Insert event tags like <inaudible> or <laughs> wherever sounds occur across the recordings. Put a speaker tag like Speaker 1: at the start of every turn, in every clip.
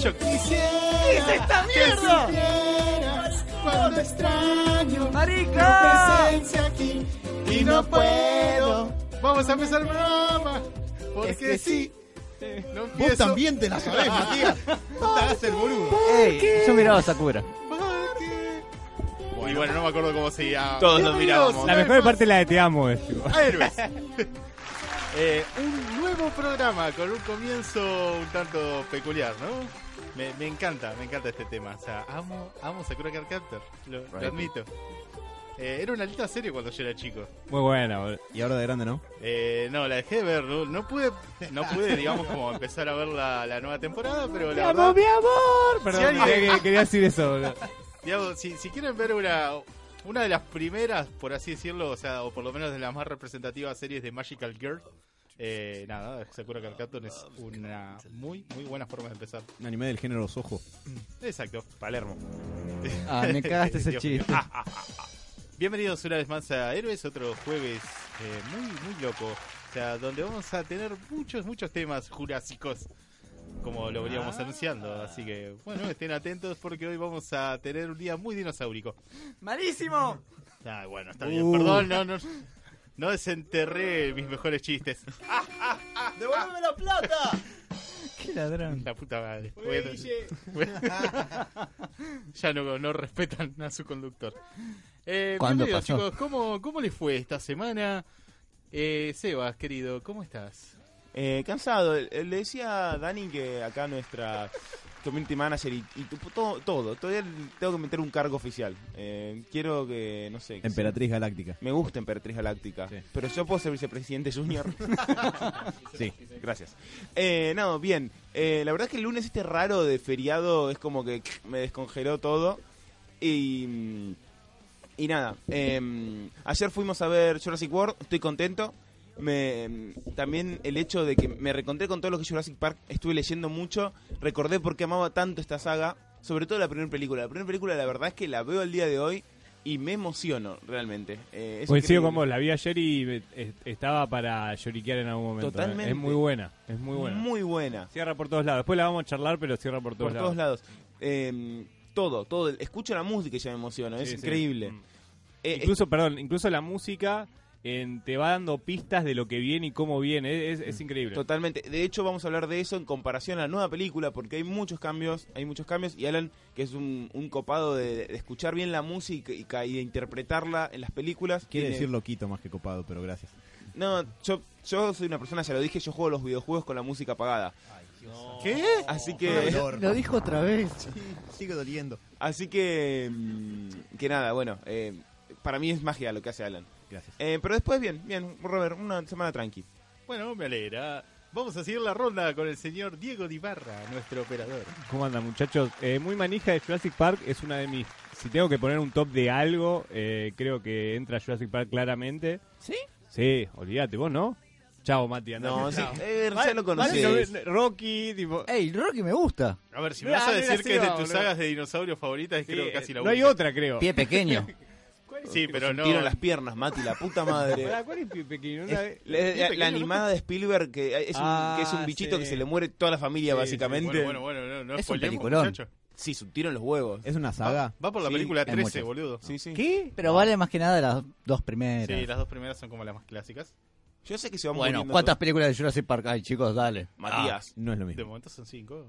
Speaker 1: shock. ¿Qué es esta mierda?
Speaker 2: Cuando extraño
Speaker 1: ¡Marica!
Speaker 3: Ah.
Speaker 2: tu presencia aquí y no puedo. Vamos a empezar el programa. Porque
Speaker 1: Es que
Speaker 2: sí. No empiezo.
Speaker 3: Vos también te la sabés, Matías. No te hagas el boludo.
Speaker 4: Ey, yo miraba a Sakura.
Speaker 2: Porque-
Speaker 3: Y bueno, no me acuerdo cómo se llama.
Speaker 1: Todos lo
Speaker 2: Bienvenidos
Speaker 1: mirábamos.
Speaker 2: a
Speaker 5: La mejor parte es la de Te Amo. Es, tipo.
Speaker 2: a Héroes.
Speaker 3: <laughs> Eh,
Speaker 2: Un nuevo programa con un comienzo.
Speaker 3: un tanto peculiar, ¿no? Me, me encanta, me encanta este tema. O sea, amo, amo Sakura Card Captor, lo, lo
Speaker 4: Right.
Speaker 3: admito. Eh, era una linda serie cuando yo era chico.
Speaker 5: Muy buena, boludo.
Speaker 1: Y ahora de grande, ¿no?
Speaker 3: Eh, no, la dejé de ver, no, no pude, no pude, digamos, como empezar a ver la, la nueva temporada, pero la verdad,
Speaker 5: amor.
Speaker 3: Si
Speaker 5: Perdón,
Speaker 3: alguien-
Speaker 5: quería, que- quería decir eso, boludo.
Speaker 3: digamos, si, si quieren ver una, una de las primeras, por así decirlo, o sea, o por lo menos de las más representativas series de Magical Girl, eh, nada, Sakura Card Captor es una muy, muy buena forma de empezar.
Speaker 1: Un anime del género Los Ojos.
Speaker 3: Exacto, <laughs> Palermo.
Speaker 4: Ah, me cagaste ese
Speaker 3: Dios mío.
Speaker 4: chiste.
Speaker 3: Ah, ah, ah, ah. <laughs> Bienvenidos una vez más a Héroes, otro jueves eh, muy, muy loco. O sea, donde vamos a tener muchos, muchos temas jurásicos, como lo veníamos anunciando. Así que, bueno, estén atentos porque hoy vamos a tener un día muy dinosaurico.
Speaker 1: ¡Malísimo!
Speaker 3: Ah, bueno, está bien, perdón, no, no. No desenterré mis mejores chistes.
Speaker 1: ¡Devuélveme la plata!
Speaker 4: Qué ladrón.
Speaker 3: La puta madre. Bueno, <laughs> bueno. ya no, no respetan a su conductor. Eh,
Speaker 4: ¿Cuándo
Speaker 3: bienvenidos,
Speaker 4: pasó?
Speaker 3: chicos. ¿Cómo, ¿Cómo les fue esta semana? Eh, Sebas, querido, ¿cómo estás?
Speaker 6: Eh, cansado. Eh, Le decía a Dani que acá nuestra community manager y, y tu- todo, todo. Todavía tengo que meter un cargo oficial. Eh, quiero que, no sé. que-
Speaker 1: Emperatriz Galáctica.
Speaker 6: Me gusta Emperatriz Galáctica.
Speaker 1: Sí.
Speaker 6: Pero yo puedo ser vicepresidente junior.
Speaker 1: Sí.
Speaker 6: Gracias. Eh, no, bien. Eh, la verdad es que el lunes este raro de feriado es como que <sniffs> me descongeló todo. Y. mm, Y nada. eh, ayer fuimos a ver Jurassic World. Estoy contento. Me, mm, también el hecho de que me reencontré con todo lo que es Jurassic Park. Estuve leyendo mucho. Recordé por qué amaba tanto esta saga. Sobre todo la primera película. La primera película, la verdad es que la veo al día de hoy. Y me emociono, realmente. Eh, es
Speaker 5: Coincido
Speaker 6: increíble.
Speaker 5: con vos, la vi ayer y me- es- estaba para lloriquear en algún momento. ¿eh?
Speaker 6: Totalmente.
Speaker 5: Es muy buena, es muy buena.
Speaker 6: Muy buena.
Speaker 5: Cierra por todos lados. Después la vamos a charlar, pero cierra por todos
Speaker 6: por
Speaker 5: lados.
Speaker 6: todos lados. Eh, todo, todo. Escucho la música y ya me emociono. es
Speaker 5: Sí, sí.
Speaker 6: increíble.
Speaker 5: Mm.
Speaker 6: Eh, eh,
Speaker 5: Incluso, perdón, incluso la música en- te va dando pistas de lo que viene y cómo viene. Es, es-
Speaker 1: Mm.
Speaker 5: es increíble.
Speaker 6: totalmente. De hecho, vamos a hablar de eso en comparación a la nueva película porque hay muchos cambios. Hay muchos cambios. Y Alan, que es un, un copado de, de escuchar bien la música y, ca- y de interpretarla en las películas.
Speaker 1: Quiere
Speaker 6: tiene-
Speaker 1: decir loquito más que copado, pero gracias.
Speaker 6: No, yo, yo soy una persona, ya lo dije, yo juego los videojuegos con la música apagada.
Speaker 3: ¿Qué?
Speaker 6: Así que.
Speaker 4: Lo dijo otra
Speaker 1: <laughs>
Speaker 4: vez.
Speaker 1: Sigue doliendo.
Speaker 6: Así que. mm, Que nada, bueno. eh, para mí es magia lo que hace Alan.
Speaker 1: Gracias.
Speaker 6: Eh, pero después, bien, bien, Robert, una semana tranqui.
Speaker 3: Bueno, me alegra. Vamos a seguir la ronda con el señor Diego Dibarra, nuestro operador.
Speaker 5: ¿Cómo andan, muchachos? Eh, muy manija de Jurassic Park. Es una de mis. Si tengo que poner un top de algo, eh, creo que entra Jurassic Park claramente.
Speaker 4: ¿Sí?
Speaker 5: Sí, olvídate, vos no. Chao, Mati. andá.
Speaker 6: No, sí, eh, <laughs>
Speaker 5: Vale, Eh,
Speaker 6: ya
Speaker 5: vale,
Speaker 6: lo conocí.
Speaker 5: no, Rocky, tipo.
Speaker 4: Ey, Rocky me gusta.
Speaker 3: A ver, si me
Speaker 5: Mira,
Speaker 3: vas a
Speaker 5: mira,
Speaker 3: decir que es de
Speaker 5: Seba,
Speaker 3: tus
Speaker 5: boludo.
Speaker 3: sagas de dinosaurios favoritas,
Speaker 5: Sí,
Speaker 3: creo casi la
Speaker 5: no hay
Speaker 3: única.
Speaker 5: otra, creo.
Speaker 4: Pie
Speaker 1: <laughs>
Speaker 4: pequeño.
Speaker 3: Sí, pero no.
Speaker 6: Tiro en las piernas, Mati, la puta madre.
Speaker 5: Pará, ¿Cuál es pie pequeño? Una
Speaker 6: <laughs> Es-
Speaker 5: vez-
Speaker 6: la, la- la animada de Spielberg que es un, que es un
Speaker 5: Ah,
Speaker 6: bichito
Speaker 5: sí.
Speaker 6: que se le muere toda la familia
Speaker 5: Sí,
Speaker 6: básicamente.
Speaker 3: Bueno, bueno, bueno, no, no
Speaker 4: Es un
Speaker 3: spoilemos,
Speaker 4: peliculón.
Speaker 3: muchacho.
Speaker 6: Sí, es un tiro en los huevos.
Speaker 1: Es una saga.
Speaker 3: Va por la
Speaker 6: Sí,
Speaker 3: película
Speaker 4: hay
Speaker 3: 13,
Speaker 4: muchas.
Speaker 3: boludo.
Speaker 6: Sí, sí.
Speaker 5: ¿Qué?
Speaker 4: Pero vale más que nada las dos
Speaker 3: Sí,
Speaker 4: primeras.
Speaker 3: las dos primeras son como las más clásicas.
Speaker 6: Yo sé que se van
Speaker 4: Bueno,
Speaker 6: muriendo
Speaker 4: ¿cuántas películas de Jurassic Park hay, chicos? Dale.
Speaker 6: todos. Matías.
Speaker 1: No es lo
Speaker 3: De
Speaker 1: mismo.
Speaker 3: momento son cinco.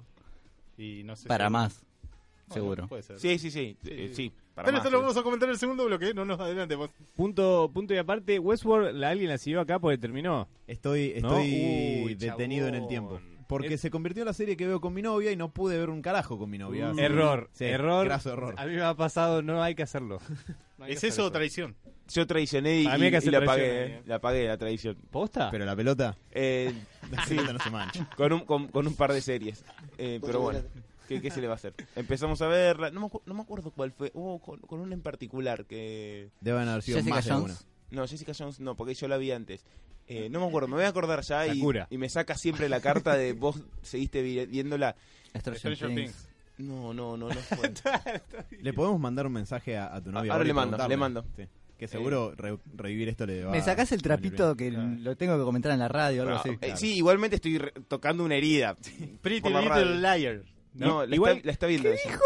Speaker 3: Y no sé.
Speaker 4: Para
Speaker 3: si-
Speaker 4: más,
Speaker 3: Bueno, pues,
Speaker 4: seguro.
Speaker 3: puede ser.
Speaker 6: Sí, sí, sí.
Speaker 3: Sí,
Speaker 6: eh,
Speaker 3: sí.
Speaker 6: sí, para
Speaker 3: Pero
Speaker 6: más,
Speaker 3: esto lo
Speaker 6: eh.
Speaker 3: vamos a comentar en el segundo bloque, no nos adelantemos.
Speaker 5: Punto, punto y aparte, Westworld, la alguien la siguió acá porque terminó.
Speaker 1: Estoy,
Speaker 5: No.
Speaker 1: estoy
Speaker 5: Uy,
Speaker 1: detenido en el
Speaker 5: chabón.
Speaker 1: tiempo. Porque
Speaker 5: Eh.
Speaker 1: se convirtió en la serie que veo con mi novia y no pude ver un carajo con mi novia. Así-
Speaker 5: Mm. Error,
Speaker 1: Sí,
Speaker 5: error.
Speaker 1: Graso error.
Speaker 5: A mí me ha pasado, no hay que hacerlo.
Speaker 3: ¿Es eso o traición?
Speaker 6: Yo traicioné y,
Speaker 5: Para mí hay que
Speaker 6: y
Speaker 5: hacer
Speaker 6: la
Speaker 5: traición,
Speaker 6: pagué.
Speaker 5: eh.
Speaker 6: eh. La pagué, la traición.
Speaker 5: ¿Posta?
Speaker 1: Pero la pelota,
Speaker 5: <laughs>
Speaker 6: Eh,
Speaker 1: la
Speaker 6: sí,
Speaker 1: pelota no se mancha.
Speaker 6: con, un, con, con un par de series. Eh, pero bueno, ¿qué, qué se le va a hacer? Empezamos a verla. No me, acu- no me acuerdo cuál fue. Hubo con- con una en particular que.
Speaker 1: Deben haber sido
Speaker 4: Jessica
Speaker 1: más de
Speaker 4: Jones.
Speaker 1: una.
Speaker 6: No, Jessica Jones no, porque yo la vi antes. Eh, no me acuerdo, me voy a acordar ya y,
Speaker 5: Sakura.
Speaker 6: y me saca siempre la carta de vos seguiste vi- viéndola.
Speaker 4: Stranger
Speaker 3: Stranger
Speaker 4: Things.
Speaker 3: Things.
Speaker 6: No, no, no, no fue.
Speaker 1: ¿Le podemos mandar un mensaje a, a tu novia?
Speaker 6: ahora
Speaker 1: y
Speaker 6: le mando,
Speaker 1: preguntarle?
Speaker 6: le mando.
Speaker 1: Sí. Que seguro re- revivir esto le va
Speaker 3: Ah,
Speaker 4: Me sacás el
Speaker 1: a venir
Speaker 4: trapito
Speaker 1: bien.
Speaker 4: que lo tengo que comentar en la radio o algo
Speaker 6: Ah,
Speaker 4: así.
Speaker 6: eh, sí, igualmente estoy re- tocando una herida.
Speaker 3: Pretty
Speaker 6: Por la
Speaker 3: Little
Speaker 6: radio.
Speaker 3: Liar.
Speaker 6: No, la,
Speaker 5: Igual-
Speaker 6: está, la está viendo ella.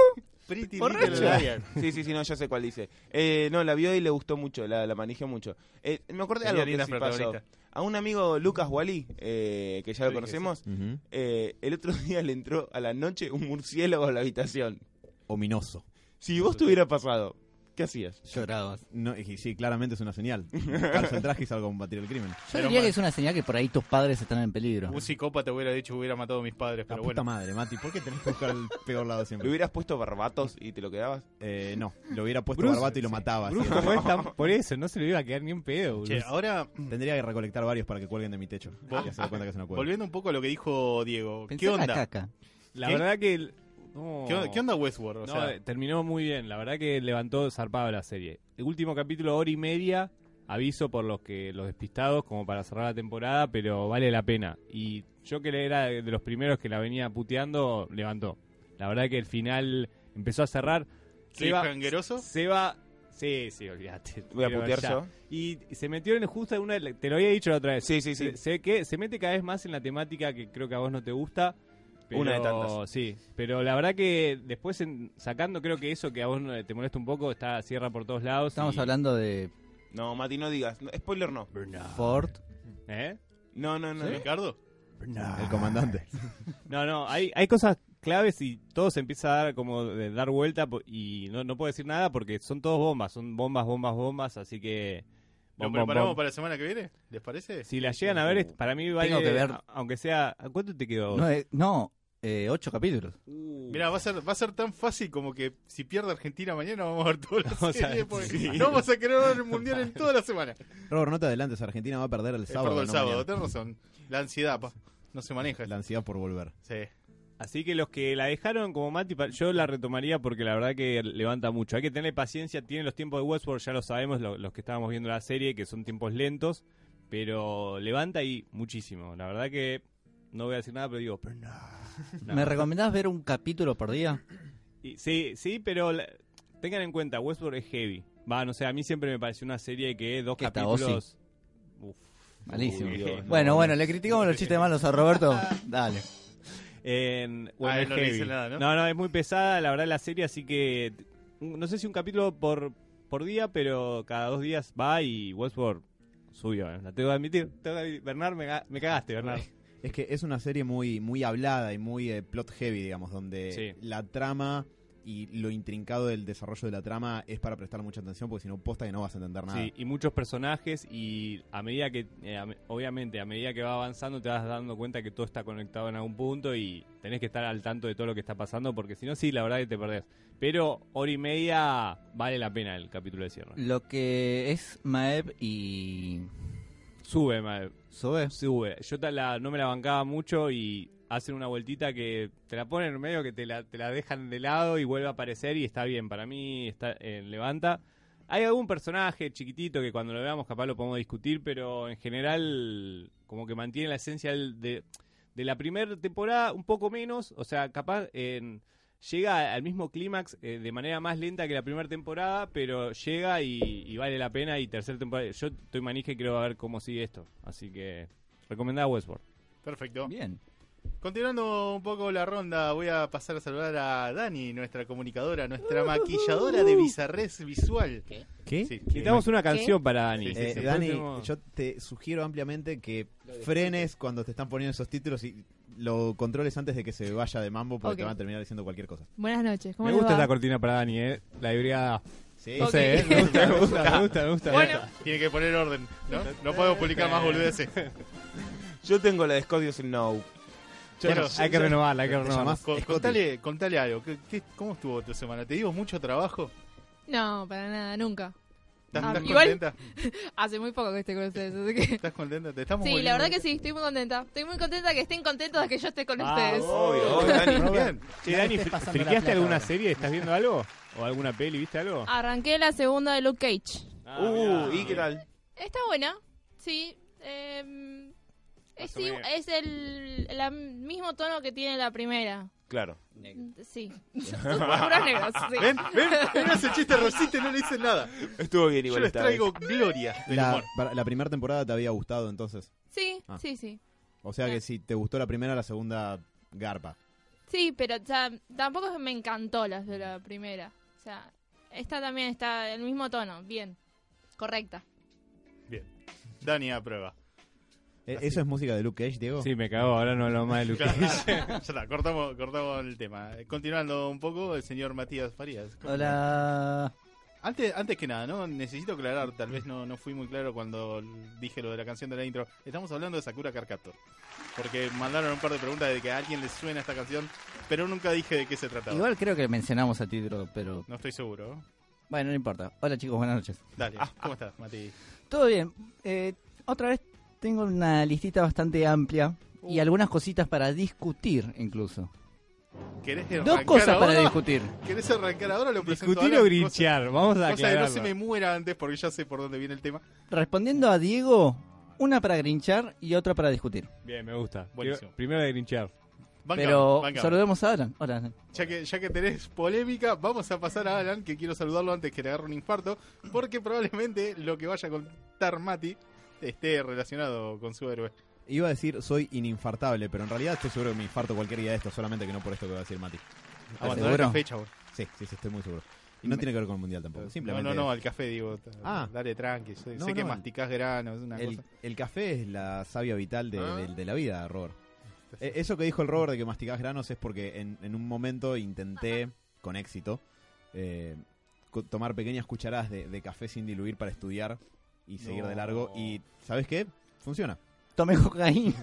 Speaker 3: Pretty
Speaker 6: Borracha.
Speaker 3: Little Liars.
Speaker 6: Sí, sí, sí, no, ya sé cuál dice. Eh, no, la vio y le gustó mucho, la, la manejó mucho. Eh, me acordé de
Speaker 3: Tenía
Speaker 6: algo que
Speaker 3: lindas
Speaker 6: sí pasó.
Speaker 3: protagonistas.
Speaker 6: A un amigo Lucas Wally, eh, que ya lo
Speaker 3: Sí, que sí.
Speaker 6: conocemos,
Speaker 1: Ujú.
Speaker 6: eh, el otro <laughs> día le entró a la noche un murciélago a la habitación.
Speaker 1: Ominoso.
Speaker 6: Si vos te hubiera pasado, ¿qué hacías?
Speaker 4: Llorabas.
Speaker 1: No, y sí, claramente es una
Speaker 6: <laughs>
Speaker 1: señal. Calzo el traje y salgo a combatir el crimen.
Speaker 4: Yo
Speaker 3: Pero
Speaker 4: diría
Speaker 3: mal.
Speaker 4: que es una señal que por ahí tus padres están en peligro.
Speaker 3: Un psicópata hubiera dicho hubiera matado a mis padres,
Speaker 1: La
Speaker 3: pero
Speaker 1: puta
Speaker 3: bueno.
Speaker 1: madre, Mati, ¿por qué tenés que buscar el peor lado
Speaker 6: ¿Le
Speaker 1: siempre?
Speaker 6: hubieras puesto barbatos y te lo quedabas?
Speaker 1: Eh, no, lo hubiera puesto
Speaker 5: Bruce,
Speaker 1: barbato y lo mataba. así.
Speaker 5: Bruce, como es tan- por eso, no se le iba a quedar ni un pedo,
Speaker 3: Che,
Speaker 5: Bruce.
Speaker 3: ahora,
Speaker 1: Tendría que recolectar varios para que cuelguen de mi techo.
Speaker 3: Vol-
Speaker 1: Y hacer cuenta que es una cuerda.
Speaker 3: volviendo un poco a lo que dijo Diego,
Speaker 4: Pensé
Speaker 3: ¿qué
Speaker 4: en la
Speaker 3: onda?
Speaker 4: caca.
Speaker 5: La
Speaker 3: ¿Qué?
Speaker 5: verdad que. el- no.
Speaker 3: ¿Qué, on- qué onda Westworld? O
Speaker 5: No,
Speaker 3: sea,
Speaker 5: eh, terminó muy bien. La verdad que levantó zarpado la serie. El último capítulo, hora y media. Aviso por los que los despistados, como para cerrar la temporada, pero vale la pena. Y yo que era de los primeros que la venía puteando, levantó. La verdad que el final empezó a cerrar. Seba,
Speaker 3: ¿cliffhangeroso?
Speaker 5: Seba, sí, sí, olvídate.
Speaker 6: Voy a
Speaker 5: Pero
Speaker 6: putear
Speaker 5: ya.
Speaker 6: yo.
Speaker 5: Y se metió en justo en una. Te lo había dicho la otra vez.
Speaker 6: Sí, sí, sí.
Speaker 5: Se, se que, se mete cada vez más en la temática que creo que a vos no te gusta. pero-
Speaker 6: Una de tantas.
Speaker 5: Sí, pero la verdad que después en- sacando creo que eso que a vos no- te molesta un poco está cierra por todos lados.
Speaker 4: Estamos
Speaker 5: y-
Speaker 4: hablando de
Speaker 6: No, Mati, no digas. No, spoiler no.
Speaker 3: Ah,
Speaker 4: Ford.
Speaker 5: ¿Eh?
Speaker 6: No, no, no.
Speaker 3: ¿Ricardo?
Speaker 1: El comandante.
Speaker 5: No, no, hay, hay cosas claves y todo se empieza a dar como de dar vuelta po- y no, no puedo decir nada porque son todos bombas, son bombas, bombas, bombas, así que...
Speaker 3: ¿Lo
Speaker 5: bom, bom,
Speaker 3: preparamos
Speaker 5: bom.
Speaker 3: para la semana que viene? ¿Les parece?
Speaker 5: Si la llegan a ver, es- para mí vale...
Speaker 4: Tengo que ver.
Speaker 5: a- Aunque sea... ¿a ¿Cuánto te quedó? a vos?
Speaker 4: Nueve- No, eh, ocho capítulos.
Speaker 3: Mira, va a ser va a ser tan fácil como que si pierde Argentina mañana vamos a ver toda la
Speaker 5: O sea,
Speaker 3: serie, porque
Speaker 5: sí.
Speaker 3: no vamos a querer ver el mundial en toda la semana.
Speaker 1: Robert, no te adelantes. Argentina va a perder el
Speaker 3: Eh,
Speaker 1: sábado.
Speaker 3: perdón, el
Speaker 1: no
Speaker 3: sábado,
Speaker 1: mañana.
Speaker 3: tenés razón. La ansiedad, pa. No se maneja.
Speaker 1: La ansiedad por volver.
Speaker 3: Sí.
Speaker 5: Así que los que la dejaron como Mati, pa- yo la retomaría porque la verdad que levanta mucho. Hay que tener paciencia, tienen los tiempos de Westworld, ya lo sabemos, lo- los que estábamos viendo la serie, que son tiempos lentos, pero levanta y muchísimo. La verdad que no voy a decir nada, pero digo, pero no. No.
Speaker 4: ¿Me recomendás ver un capítulo por día?
Speaker 5: Y- sí, sí, pero la- tengan en cuenta, Westworld es heavy. Va, no sé, a mí siempre me pareció una serie que dos
Speaker 4: ¿Qué está,
Speaker 5: capítulos... Uf.
Speaker 4: Malísimo.
Speaker 5: Uy, Dios, no,
Speaker 4: bueno,
Speaker 5: no.
Speaker 4: bueno, le criticamos los chistes malos a
Speaker 5: <laughs>
Speaker 4: Roberto. Dale.
Speaker 5: En, bueno,
Speaker 3: Ah,
Speaker 5: es
Speaker 3: no le
Speaker 5: heavy.
Speaker 3: dice nada, ¿no?
Speaker 5: No, no, es muy pesada, la verdad, la serie, así que t- un- no sé si un capítulo por, por día, pero cada dos días va y Westworld subió, ¿eh? la tengo que admitir. Tengo que admitir. Bernard, me, ga- me cagaste, Bernard.
Speaker 1: Es que es una serie muy, muy hablada y muy eh, plot heavy, digamos, donde
Speaker 5: Sí.
Speaker 1: la trama y lo intrincado del desarrollo de la trama es para prestar mucha atención porque si no, posta que no vas a entender nada.
Speaker 5: Sí, y muchos personajes y a medida que, eh, a me- obviamente, a medida que va avanzando te vas dando cuenta que todo está conectado en algún punto y tenés que estar al tanto de todo lo que está pasando porque si no, sí, la verdad que te perdés. Pero hora y media vale la pena el capítulo de cierre.
Speaker 4: Lo que es Maeb y
Speaker 5: Sube, madre.
Speaker 4: Sobe.
Speaker 5: Sube. Yo te la- no me la bancaba mucho y hacen una vueltita que te la ponen en medio, que te la, te la dejan de lado y vuelve a aparecer y está bien. Para mí está eh, levanta. Hay algún personaje chiquitito que cuando lo veamos capaz lo podemos discutir, pero en general como que mantiene la esencia del- de, de la primera temporada un poco menos. O sea, capaz en- llega al mismo clímax eh, de manera más lenta que la primera temporada, pero llega y, y vale la pena. Y tercera temporada, yo estoy manija y quiero ver cómo sigue esto. Así que recomendada Westworld.
Speaker 3: Perfecto.
Speaker 4: Bien.
Speaker 3: Continuando un poco la ronda, voy a pasar a saludar a Dani, nuestra comunicadora, nuestra maquilladora de bizarrés visual.
Speaker 1: ¿Qué?
Speaker 3: Sí.
Speaker 5: Necesitamos una canción para Dani.
Speaker 3: Sí, sí,
Speaker 1: Eh,
Speaker 3: sí.
Speaker 1: Dani,
Speaker 5: Próximo.
Speaker 1: yo te sugiero ampliamente que frenes cuando te están poniendo esos títulos y lo controles antes de que se vaya de mambo porque
Speaker 7: Ok.
Speaker 1: te van a terminar diciendo cualquier cosa.
Speaker 7: Buenas noches, ¿cómo
Speaker 5: Me
Speaker 7: les
Speaker 5: gusta
Speaker 7: va?
Speaker 5: esta cortina para Dani, ¿eh? La híbrida.
Speaker 1: Sí.
Speaker 5: No
Speaker 7: Ok.
Speaker 5: sé, ¿eh? <laughs> Me gusta, me gusta, me gusta. Me gusta.
Speaker 7: Bueno.
Speaker 3: Tiene que poner orden, ¿no? No podemos publicar más boludeces.
Speaker 6: Yo tengo la de Scott Diosin
Speaker 3: Oh.
Speaker 6: No.
Speaker 3: Bueno,
Speaker 5: Hay que renovarla, hay que
Speaker 1: ¿Te
Speaker 5: renovarla.
Speaker 1: llamás
Speaker 3: con-
Speaker 1: Scotty?
Speaker 3: contale, contale algo. ¿Qué, qué- cómo estuvo tu semana? ¿Te dio mucho trabajo?
Speaker 7: No, para nada, nunca.
Speaker 3: ¿Estás,
Speaker 7: Ah,
Speaker 3: estás
Speaker 7: igual-
Speaker 3: contenta?
Speaker 7: Hace muy poco que estoy con ustedes, así que...
Speaker 3: ¿Estás contenta? ¿Te <laughs> estamos
Speaker 7: Sí, la verdad que sí, estoy muy contenta. Estoy muy contenta que estén contentos de que yo esté con
Speaker 5: Ah,
Speaker 7: ustedes.
Speaker 5: vos.
Speaker 6: Obvio, obvio, Dani.
Speaker 3: Bien.
Speaker 5: Che, Dani,
Speaker 4: estés pasando la
Speaker 5: ¿friqueaste
Speaker 4: plata
Speaker 5: alguna
Speaker 4: ahora.
Speaker 5: serie? ¿Estás viendo algo? ¿O alguna peli? ¿Viste algo?
Speaker 7: Arranqué la segunda de Luke Cage.
Speaker 5: Ah,
Speaker 3: Ah,
Speaker 6: Uh, ¿y qué tal?
Speaker 7: Está buena, sí. em,
Speaker 5: Más
Speaker 7: es,
Speaker 5: o
Speaker 7: i-
Speaker 5: menos.
Speaker 7: es el, la- mismo tono que tiene la primera.
Speaker 6: Claro.
Speaker 7: Sí. Puros negros, sí.
Speaker 3: Ven, ven, ven, hace chiste rosita y no le dicen nada.
Speaker 6: Estuvo bien
Speaker 3: Yo
Speaker 6: igual
Speaker 3: les
Speaker 6: esta
Speaker 3: traigo gloria del
Speaker 1: La,
Speaker 3: humor.
Speaker 1: para- la primera temporada te había gustado entonces.
Speaker 7: Sí,
Speaker 1: Ah.
Speaker 7: sí, sí.
Speaker 1: O sea que si te gustó la primera, la segunda garpa.
Speaker 7: Sí, pero o sea, tampoco es que me encantó las de la primera. O sea, esta también está el mismo tono, bien. Correcta.
Speaker 3: Dani aprueba.
Speaker 1: Eh, ¿Eso es música de Luke Cage, Diego?
Speaker 5: Sí, me cago, ahora no lo más de Luke Cage.
Speaker 3: ya está, cortamos, cortamos el tema. Continuando un poco, el señor Matías Farías.
Speaker 4: Hola.
Speaker 3: Antes, antes que nada, ¿no? Necesito aclarar, tal vez no, no fui muy claro cuando dije lo de la canción de la intro. Estamos hablando de Sakura Carcator. Porque mandaron un par de preguntas de que a alguien le suena esta canción, pero nunca dije de qué se trataba.
Speaker 4: Igual creo que mencionamos a título, pero
Speaker 3: No estoy seguro. ¿no?
Speaker 4: bueno, no importa. Hola chicos, buenas noches.
Speaker 3: Dale,
Speaker 6: Ah,
Speaker 3: ¿cómo estás, Mati?
Speaker 4: Todo bien. Eh, otra vez tengo una listita bastante amplia y
Speaker 5: Uh.
Speaker 4: algunas cositas para discutir incluso.
Speaker 3: ¿Querés
Speaker 4: Dos
Speaker 3: arrancar
Speaker 4: cosas para
Speaker 3: ahora?
Speaker 4: discutir.
Speaker 3: ¿Querés arrancar ahora? o Lo presento
Speaker 5: Discutir
Speaker 3: ahora?
Speaker 5: o grinchear, vamos
Speaker 3: Cosa,
Speaker 5: a
Speaker 3: cosa de no
Speaker 5: aclararlo.
Speaker 3: se me muera antes porque ya sé por dónde viene el tema.
Speaker 4: Respondiendo a Diego, una para grinchar y otra para discutir.
Speaker 5: Bien, me gusta.
Speaker 3: Buenísimo.
Speaker 5: Primero de grinchear.
Speaker 3: Bancame,
Speaker 4: Pero
Speaker 3: bancame.
Speaker 4: saludemos a Alan. Hola.
Speaker 3: Ya que, ya que tenés polémica, vamos a pasar a Alan, que quiero saludarlo antes que le agarre un infarto, porque probablemente lo que vaya a contar Mati esté relacionado con su héroe.
Speaker 1: Iba a decir soy ininfartable, pero en realidad estoy seguro que me infarto cualquier día de esto, solamente que no por esto que va a decir Mati. Ah,
Speaker 3: Abandonar
Speaker 4: seguro?
Speaker 3: el café, chabón.
Speaker 1: Sí, sí, sí, estoy muy seguro. Y no tiene que ver con el mundial tampoco.
Speaker 3: Mm. No,
Speaker 1: Simplemente
Speaker 3: no, no, al café digo.
Speaker 1: Ah.
Speaker 3: Dale tranqui. Sé,
Speaker 1: No,
Speaker 3: sé que
Speaker 1: no, el-
Speaker 3: masticás granos, es una
Speaker 1: El,
Speaker 3: cosa.
Speaker 1: el café es la savia vital de,
Speaker 3: Ah. Este
Speaker 1: del- de la vida, Robert. Eh, Eso que dijo el Robert de que masticás granos es porque en, en un momento intenté, con éxito, eh, co- tomar pequeñas cucharadas de, de café sin diluir para estudiar y seguir de largo. Y, ¿sabes qué? Funciona.
Speaker 4: Tomé cocaína.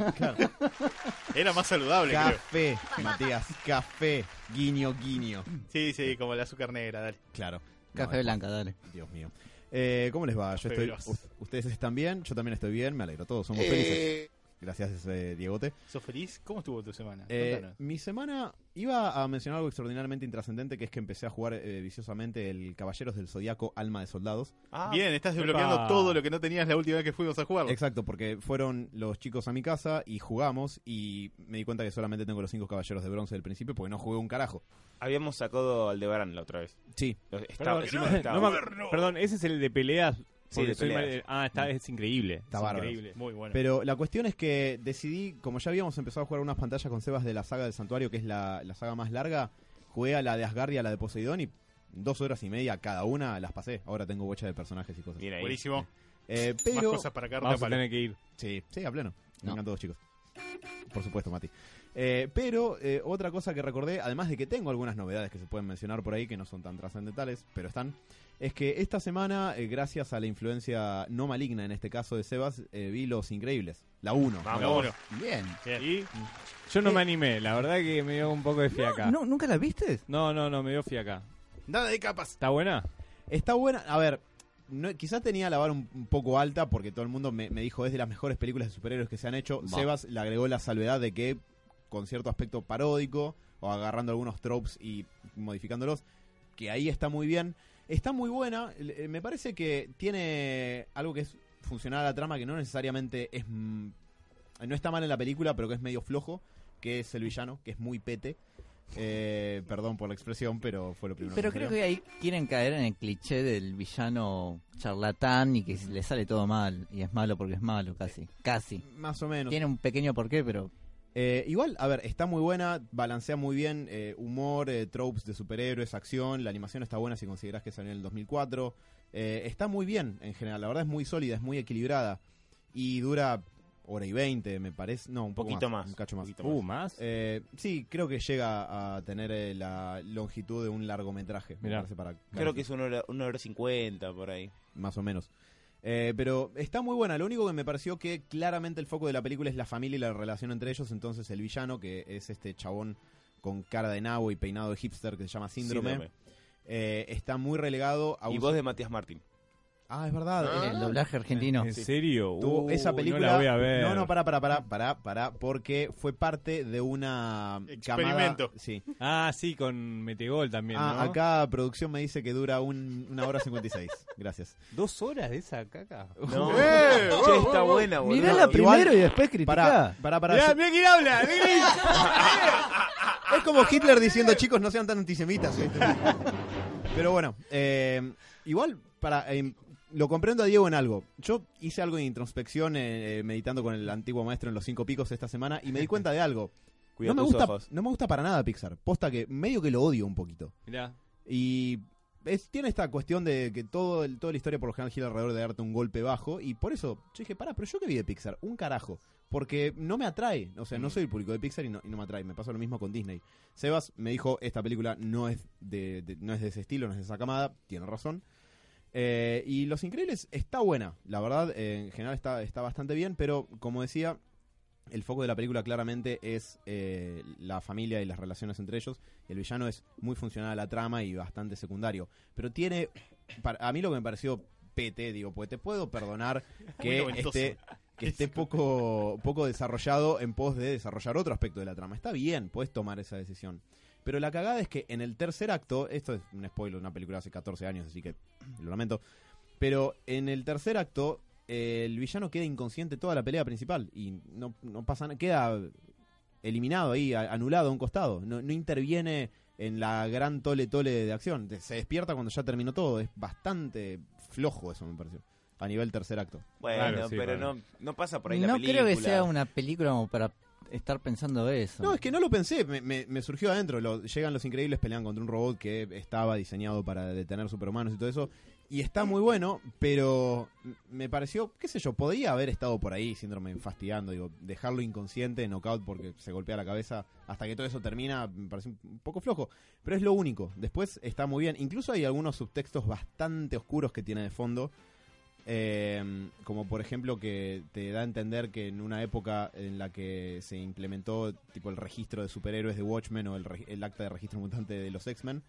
Speaker 3: Era más saludable, creo.
Speaker 1: Café, Matías, café, guiño, guiño.
Speaker 3: Sí, sí, como el azúcar negra, dale.
Speaker 1: Claro. No,
Speaker 4: <laughs> Café
Speaker 1: es-
Speaker 4: blanca, dale.
Speaker 1: Dios mío. Eh, ¿Cómo les va? Yo estoy,
Speaker 3: Feroz.
Speaker 1: u- ustedes están bien, yo también estoy bien, me alegro, todos somos
Speaker 3: Eh.
Speaker 1: felices. Gracias, eh, Diegote.
Speaker 3: ¿Sos feliz? ¿Cómo estuvo tu semana?
Speaker 1: Eh,
Speaker 3: Contanos.
Speaker 1: mi semana iba a mencionar algo extraordinariamente intrascendente, que es que empecé a jugar eh, viciosamente el Caballeros del Zodiaco Alma de Soldados.
Speaker 6: Ah,
Speaker 3: Bien, estás desbloqueando
Speaker 5: Epa.
Speaker 3: todo lo que no tenías la última vez que fuimos a jugarlo.
Speaker 1: Exacto, porque fueron los chicos a mi casa y jugamos y me di cuenta que solamente tengo los cinco Caballeros de Bronce del principio porque no jugué un carajo.
Speaker 6: Habíamos sacado al de Barán la otra vez.
Speaker 1: Sí,
Speaker 6: Lo- está-
Speaker 5: Perdón,
Speaker 6: encima
Speaker 5: no,
Speaker 6: está-
Speaker 5: no me ac- perdón, ese es el de peleas.
Speaker 6: Sí, de
Speaker 5: porque soy mal-
Speaker 6: peleas.
Speaker 5: ah, está, es increíble.
Speaker 1: Está
Speaker 5: es
Speaker 1: bárbaro.
Speaker 5: increíble.
Speaker 3: Muy bueno.
Speaker 1: Pero la cuestión es que decidí, como ya habíamos empezado a jugar unas pantallas con Sebas de la saga del santuario, que es la, la saga más larga, jugué a la de Asgard y a la de Poseidón y dos horas y media cada una las pasé. Ahora tengo bocha de personajes y cosas.
Speaker 6: Bien ahí.
Speaker 3: Buenísimo.
Speaker 1: Eh, pero...
Speaker 3: Más cosas para Carta
Speaker 5: Vamos a
Speaker 3: Palo.
Speaker 5: tener que ir.
Speaker 1: Sí, sí, a pleno. Me
Speaker 4: No.
Speaker 1: encantan todos chicos. Por supuesto, Mati. Eh, pero eh, otra cosa que recordé, además de que tengo algunas novedades que se pueden mencionar por ahí, que no son tan trascendentales, pero están, es que esta semana, eh, gracias a la influencia no maligna en este caso de Sebas, eh, vi Los Increíbles, la 1.
Speaker 6: Vamos.
Speaker 3: La uno.
Speaker 4: Bien.
Speaker 3: Y
Speaker 5: Yo no me animé, la verdad que me dio un poco de fiaca. No,
Speaker 4: No, ¿Nunca la viste?
Speaker 5: no, no, me dio fiaca.
Speaker 3: nada de capas.
Speaker 5: ¿Está buena?
Speaker 1: Está buena, a ver, no, quizás tenía la vara un, un poco alta porque todo el mundo me, me dijo es de las mejores películas de superhéroes que se han hecho.
Speaker 4: Va.
Speaker 1: Sebas le agregó la salvedad de que con cierto aspecto paródico o agarrando algunos tropes y modificándolos, que ahí está muy bien. Está muy buena, le- eh, me parece que tiene algo que es funcional a la trama que no necesariamente es... mm, no está mal en la película, pero que es medio flojo, que es el villano, que es muy pete. Eh, perdón por la expresión, pero fue lo primero
Speaker 4: Pero
Speaker 1: me
Speaker 4: creo
Speaker 1: salió.
Speaker 4: que ahí quieren caer en el cliché del villano charlatán y que le sale todo mal. Y es malo porque es malo, casi. Casi.
Speaker 1: Más o menos.
Speaker 4: Tiene un pequeño porqué, pero
Speaker 1: Eh, igual, a ver, está muy buena, balancea muy bien eh, humor, eh, tropes de superhéroes, acción, la animación está buena si considerás que salió en el 2004. Eh, está muy bien en general, la verdad es muy sólida, es muy equilibrada y dura hora y veinte, me parece. No, un poco
Speaker 6: Poquito más,
Speaker 1: Un cacho más.
Speaker 6: poquito
Speaker 5: Uh, más.
Speaker 1: Eh, sí, creo que llega a tener eh, la longitud de un largometraje, me
Speaker 5: Mirá.
Speaker 1: parece, para
Speaker 6: Creo que es una hora, una hora cincuenta por ahí.
Speaker 1: más o menos. Eh, pero está muy buena. Lo único que me pareció que claramente el foco de la película es la familia y la relación entre ellos. Entonces el villano, que es este chabón con cara de nabo y peinado de hipster que se llama Síndrome,
Speaker 6: Síndrome.
Speaker 1: eh, está muy relegado a
Speaker 6: Y
Speaker 1: un-
Speaker 6: voz de Matías Martín.
Speaker 1: Ah, es verdad. es
Speaker 4: el
Speaker 1: verdad.
Speaker 4: doblaje argentino.
Speaker 5: ¿En serio?
Speaker 1: Tuvo
Speaker 5: Uh,
Speaker 1: esa
Speaker 5: No
Speaker 1: película.
Speaker 5: la voy a ver.
Speaker 1: No, no, pará, pará, pará, pará, pará, porque fue parte de una. camada-
Speaker 3: Experimento.
Speaker 1: Sí.
Speaker 5: Ah, sí, con Metegol también.
Speaker 1: Ah,
Speaker 5: ¿no?
Speaker 1: acá producción me dice que dura un- una hora 56. Gracias.
Speaker 5: ¿Dos horas de esa caca? <laughs>
Speaker 6: No.
Speaker 3: ¡Eh!
Speaker 6: Che, está buena, boludo.
Speaker 4: Mirá la
Speaker 1: Igual-
Speaker 4: primero y después
Speaker 1: Pará,
Speaker 4: criticá.
Speaker 1: pará, pará.
Speaker 5: Mirá, mirá quién habla.
Speaker 1: Es como
Speaker 6: Ah,
Speaker 1: Hitler diciendo, chicos, no sean tan antisemitas.
Speaker 6: <laughs>
Speaker 1: ¿viste? Pero bueno, eh, igual, para eh, lo comprendo a Diego en algo. Yo hice algo de introspección eh, eh, meditando con el antiguo maestro en Los Cinco Picos esta semana y me di cuenta de algo.
Speaker 6: <laughs> Cuida
Speaker 1: no me
Speaker 6: tus
Speaker 1: gusta,
Speaker 6: ojos.
Speaker 1: No me gusta para nada Pixar. Posta que medio que lo odio un poquito.
Speaker 5: <laughs> Mirá.
Speaker 1: Y es- tiene esta cuestión de que todo el, toda la historia por lo general gira alrededor de darte un golpe bajo. Y por eso yo dije, pará, pero yo que vi de Pixar, un carajo. Porque no me atrae. O
Speaker 3: Mm.
Speaker 1: sea, no soy el público de Pixar y no, y no me atrae. Me pasa lo mismo con Disney. Sebas me dijo, esta película no es de, de- no es de ese estilo, no es de esa camada. Tiene razón. Eh, y Los Increíbles está buena. La verdad, eh, en general está, está bastante bien. Pero como decía, el foco de la película claramente es eh, la familia y las relaciones entre ellos. El villano es muy funcional a la trama y bastante secundario. Pero tiene, para- a mí lo que me pareció PT, digo, pues te puedo perdonar
Speaker 3: <laughs>
Speaker 1: que
Speaker 3: Muy noventoso.
Speaker 1: esté, que esté poco, poco desarrollado en pos de desarrollar otro aspecto de la trama. Está bien, puedes tomar esa decisión. Pero la cagada es que en el tercer acto, esto es un spoiler, una película hace 14 años, así que <clears throat> lo lamento, pero en el tercer acto eh, el villano queda inconsciente toda la pelea principal y no, no pasa nada, queda eliminado ahí, a- anulado a un costado, no, no interviene en la gran tole tole de acción, se despierta cuando ya terminó todo, es bastante flojo eso me pareció, a nivel tercer acto.
Speaker 6: Bueno,
Speaker 5: Claro, sí,
Speaker 6: pero
Speaker 5: claro.
Speaker 6: No, no pasa por ahí la
Speaker 4: No
Speaker 6: película.
Speaker 4: creo que sea una película como para estar pensando eso.
Speaker 1: No, es que no lo pensé, me, me- me surgió adentro. Lo- llegan los increíbles, pelean contra un robot que estaba diseñado para detener superhumanos y todo eso. Y está muy bueno, pero me pareció, qué sé yo, podía haber estado por ahí, síndrome fastidiando, digo, dejarlo inconsciente, knockout porque se golpea la cabeza, hasta que todo eso termina, me parece un poco flojo. Pero es lo único, después está muy bien. Incluso hay algunos subtextos bastante oscuros que tiene de fondo, eh, como por ejemplo que te da a entender que en una época en la que se implementó tipo el registro de superhéroes de Watchmen o el, re- el acta de registro mutante de los X-Men,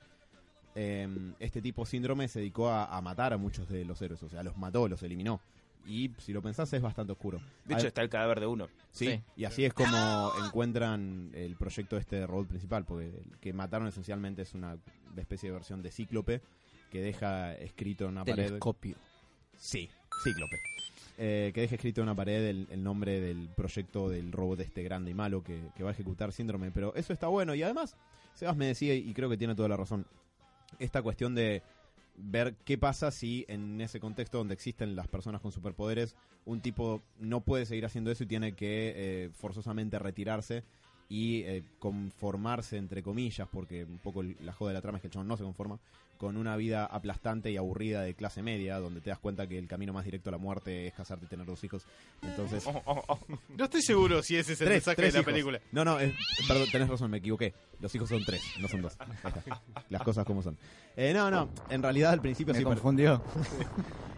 Speaker 1: eh, este tipo de síndrome se dedicó a, a matar a muchos de los héroes, o sea, los mató, los eliminó. Y si lo pensás es bastante oscuro.
Speaker 6: De hecho,
Speaker 1: Al-
Speaker 6: está el cadáver de uno.
Speaker 1: Sí,
Speaker 4: Sí.
Speaker 1: y así es como encuentran el proyecto este de robot principal, porque el que mataron esencialmente es una especie de versión de cíclope que deja escrito en una pared.
Speaker 4: Telescopio.
Speaker 1: Sí, Cíclope. Eh, que deja escrito en una pared el, el nombre del proyecto del robot este grande y malo que, que va a ejecutar síndrome. Pero eso está bueno. Y además, Sebas me decía, y creo que tiene toda la razón, esta cuestión de ver qué pasa si en ese contexto donde existen las personas con superpoderes, un tipo no puede seguir haciendo eso y tiene que eh, forzosamente retirarse y eh, conformarse, entre comillas, porque un poco el- la joda de la trama es que el chabón no se conforma, con una vida aplastante y aburrida de clase media, donde te das cuenta que el camino más directo a la muerte es casarte y tener dos hijos. Entonces,
Speaker 6: Oh, oh, oh.
Speaker 3: No estoy seguro si ese es el
Speaker 1: tres,
Speaker 3: mensaje
Speaker 1: tres
Speaker 3: de la
Speaker 1: hijos.
Speaker 3: película.
Speaker 1: No, no, es- perdón, tenés razón, me equivoqué. Los hijos son tres, no son dos. Ahí está. Las cosas como son. Eh, no, no, en realidad al principio
Speaker 4: Me
Speaker 1: sí. pare-
Speaker 4: confundió.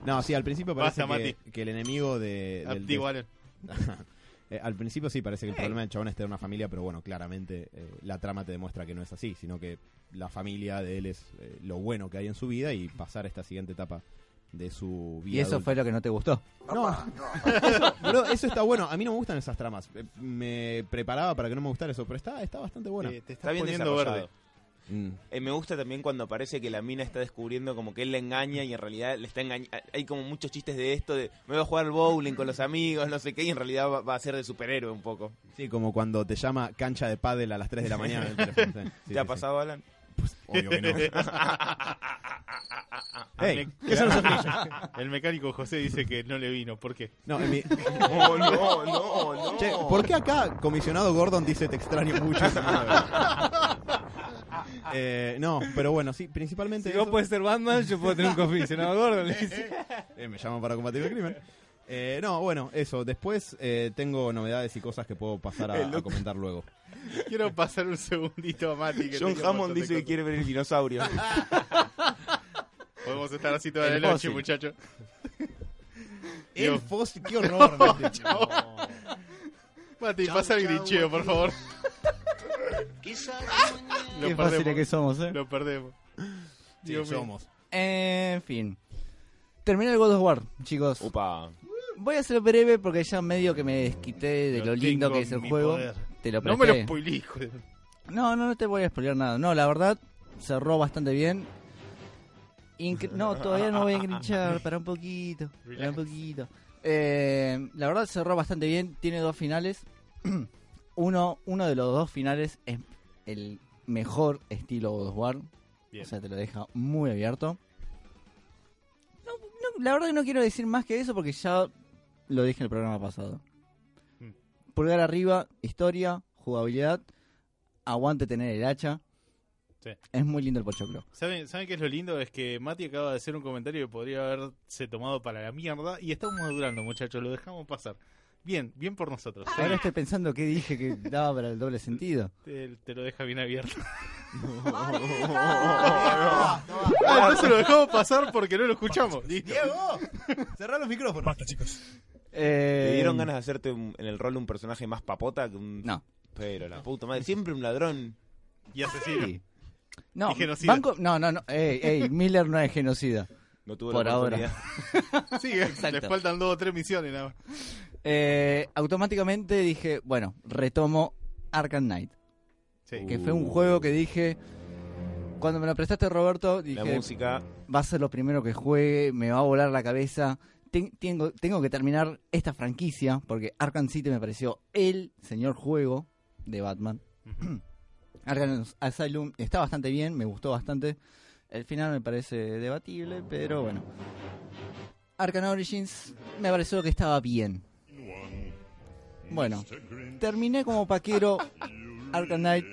Speaker 1: No, sí, al principio parece
Speaker 3: Basta,
Speaker 1: que, que el enemigo de, del-
Speaker 3: Digo, Alan.
Speaker 1: <laughs> Eh, al principio sí parece que el problema del chabón es tener una familia, pero bueno, claramente eh, la trama te demuestra que no es así, sino que la familia de él es eh, lo bueno que hay en su vida y pasar esta siguiente etapa de su vida.
Speaker 4: Y eso
Speaker 1: adulta.
Speaker 4: fue lo que no te gustó.
Speaker 1: No, eso, <laughs> bro, eso está bueno. A mí no me gustan esas tramas. Eh, Me preparaba para que no me gustara eso, pero está, está bastante bueno.
Speaker 3: Eh, te estás
Speaker 6: Está bien
Speaker 3: poniendo
Speaker 6: desarrollado.
Speaker 3: verde.
Speaker 1: Mm.
Speaker 6: Eh, me gusta también cuando parece que la mina está descubriendo como que él la engaña y en realidad le está engañando. Hay como muchos chistes de esto de me voy a jugar al bowling con los amigos, no sé qué, y en realidad va, va a ser de superhéroe un poco.
Speaker 1: Sí, como cuando te llama cancha de pádel a las 3 de la mañana. en el teléfono. Sí, sí,
Speaker 6: ¿Te ha
Speaker 1: sí.
Speaker 6: pasado, Alan?
Speaker 1: Obvio que no. Ey,
Speaker 3: Me- <laughs> El mecánico José dice que no le vino. ¿Por qué?
Speaker 1: no, en mi-
Speaker 6: No, no, no, no.
Speaker 1: Che, ¿por qué acá comisionado Gordon dice te extraño mucho? Eh, no, pero bueno, sí, principalmente.
Speaker 5: Si vos
Speaker 1: eso.
Speaker 5: podés ser Batman, yo puedo tener un comisionado gordo. le dice.
Speaker 1: Eh, me llaman para combatir el crimen. Eh, no, bueno, eso. Después eh, tengo novedades y cosas que puedo pasar a- a comentar luego.
Speaker 3: Quiero pasar un segundito a Mati. que
Speaker 6: John
Speaker 3: tenía un
Speaker 6: Hammond
Speaker 3: montón de
Speaker 6: dice que
Speaker 3: cosas.
Speaker 6: quiere ver el dinosaurio.
Speaker 3: Podemos estar así toda la
Speaker 4: El
Speaker 3: noche,
Speaker 4: fósil.
Speaker 3: muchachos.
Speaker 1: El
Speaker 3: Digo-
Speaker 1: fos, qué horror.
Speaker 3: Mati, pasa el grincheo, por favor.
Speaker 4: Qué
Speaker 3: lo,
Speaker 4: fáciles que
Speaker 3: perdemos,
Speaker 4: somos, ¿eh?
Speaker 3: lo perdemos. Dios mío.
Speaker 1: somos.
Speaker 4: En fin. Terminé el God of War, chicos.
Speaker 6: Upa.
Speaker 4: Voy a ser breve porque ya medio que me desquité de lo,
Speaker 3: Lo
Speaker 4: lindo
Speaker 3: tengo
Speaker 4: que
Speaker 3: en
Speaker 4: es el
Speaker 3: mi
Speaker 4: juego.
Speaker 3: poder.
Speaker 4: Te lo
Speaker 3: No me lo
Speaker 4: presté.
Speaker 3: spoilé, hijo de-
Speaker 4: No, no, no te voy a spoilear nada. No, la verdad, cerró bastante bien.
Speaker 3: <laughs>
Speaker 4: Incre- no, todavía no voy a grinchar, para un poquito, para un
Speaker 3: Relax.
Speaker 4: poquito. Eh, la verdad cerró bastante bien, tiene dos finales. <clears throat> Uno, uno de los dos finales es el mejor estilo God of War.
Speaker 3: Bien.
Speaker 4: O sea, te lo deja muy abierto. No, no, la verdad que no quiero decir más que eso porque ya lo dije en el programa pasado.
Speaker 3: Mm.
Speaker 4: Pulgar arriba, historia, jugabilidad. aguante tener el hacha.
Speaker 3: Sí.
Speaker 4: Es muy lindo el pochoclo.
Speaker 3: ¿Saben, ¿Saben qué es lo lindo? Es que Mati acaba de hacer un comentario que podría haberse tomado para la mierda y estamos madurando, muchachos, lo dejamos pasar. Bien, bien por nosotros.
Speaker 4: Ahora estoy pensando qué dije que daba para el doble sentido.
Speaker 3: Te, Este, te lo deja bien abierto.
Speaker 2: Ah, entonces lo dejamos.
Speaker 3: Pasar porque no lo escuchamos. Listo.
Speaker 1: ¡Diego! Cerrá los micrófonos.
Speaker 4: Eh,
Speaker 6: ¿Te dieron ganas de hacerte un- en el rol un personaje más papota que un.
Speaker 4: No.
Speaker 6: Pero la puta madre, siempre un ladrón.
Speaker 3: Y asesino.
Speaker 4: Sí. No,
Speaker 3: Y genocida.
Speaker 4: banco, no, no, no. Ey, ey, Miller no es genocida.
Speaker 6: No tuvo
Speaker 4: Por
Speaker 6: la
Speaker 4: ahora.
Speaker 6: oportunidad.
Speaker 3: Sí, les faltan dos o tres misiones nada más.
Speaker 4: Eh, automáticamente dije, bueno, retomo Arkham Knight.
Speaker 3: Sí.
Speaker 4: Que
Speaker 6: Uh,
Speaker 4: fue un juego que dije. Cuando me lo prestaste, Roberto,
Speaker 6: La
Speaker 4: dije,
Speaker 6: música.
Speaker 4: va a ser lo primero que juegue, me va a volar la cabeza. Ten- tengo, tengo que terminar esta franquicia, porque Arkham City me pareció el señor juego de Batman. <clears throat> Arkham Asylum está bastante bien, me gustó bastante. El final me parece debatible, pero bueno. Arkham Origins me pareció que estaba bien. Bueno, terminé como paquero Arkham Knight.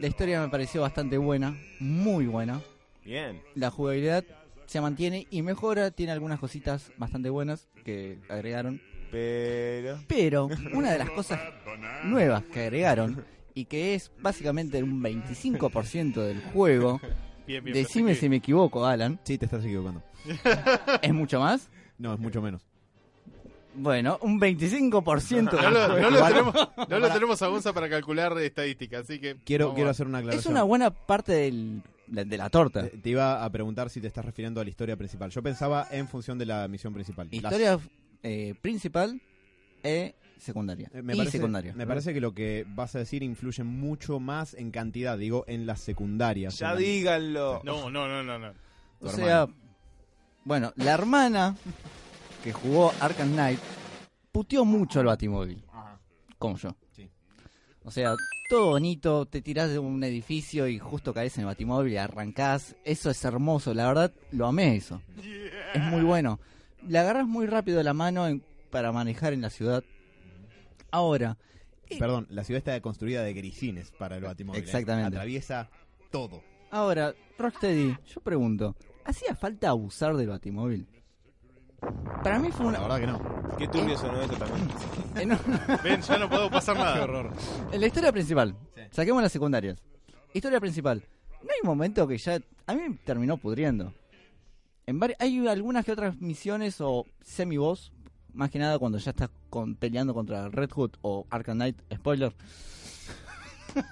Speaker 4: La historia me pareció bastante buena, muy buena
Speaker 6: Bien.
Speaker 4: la jugabilidad se mantiene y mejora, tiene algunas cositas bastante buenas que agregaron.
Speaker 6: Pero.
Speaker 4: Pero una de las cosas nuevas que agregaron y que es básicamente un 25% del juego,
Speaker 3: Bien, bien.
Speaker 4: decime
Speaker 3: perfecto.
Speaker 4: si me equivoco, Alan,
Speaker 1: Sí, te estás equivocando.
Speaker 4: ¿es mucho más?
Speaker 1: No, es mucho menos.
Speaker 4: Bueno, un 25% del
Speaker 3: No lo, no
Speaker 4: juego.
Speaker 3: lo tenemos, no lo tenemos a Gonza para calcular estadística, así que.
Speaker 1: Quiero,
Speaker 3: vamos
Speaker 1: quiero
Speaker 3: a-
Speaker 1: hacer una
Speaker 4: Es
Speaker 1: aclaración.
Speaker 4: una buena parte del- de, de la torta.
Speaker 1: Te- Te iba a preguntar si te estás refiriendo a la historia principal. Yo pensaba en función de la misión principal. Las-
Speaker 4: Historia eh, principal e secundaria.
Speaker 1: Eh, me
Speaker 4: y
Speaker 1: parece,
Speaker 4: secundaria.
Speaker 1: Me parece que lo que vas a decir influye mucho más en cantidad, digo, en las secundarias.
Speaker 6: Ya
Speaker 1: En-
Speaker 6: díganlo.
Speaker 3: No, no, no, no. no.
Speaker 1: tu
Speaker 4: O sea,
Speaker 1: hermana.
Speaker 4: bueno, la hermana que jugó Arkham Knight puteó mucho al Batimóvil. Como yo.
Speaker 1: Sí.
Speaker 4: O sea, todo bonito, te tirás de un edificio y justo caes en el Batimóvil y arrancás. Eso es hermoso, la verdad, lo amé eso. Es muy bueno. La agarras muy rápido de la mano en- para manejar en la ciudad. Ahora,
Speaker 1: Perdón, la ciudad está construida de grisines para el Batimóvil. ¿eh?
Speaker 4: Exactamente.
Speaker 1: Atraviesa todo.
Speaker 4: ahora, Rocksteady, yo pregunto, ¿hacía falta abusar del Batimóvil? Para mí fue una...
Speaker 1: La
Speaker 4: Eh,
Speaker 1: verdad que no.
Speaker 6: Qué turbio sonó eso también.
Speaker 4: en un-
Speaker 3: Ven, ya no puedo pasar nada. horror.
Speaker 4: En la historia principal, saquemos las secundarias. Historia principal. No hay momento que ya. A mí me terminó pudriendo. En vari- Hay algunas que otras misiones o semi-boss. Más que nada cuando ya estás con- peleando contra Red Hood o Arkham Knight. Spoiler.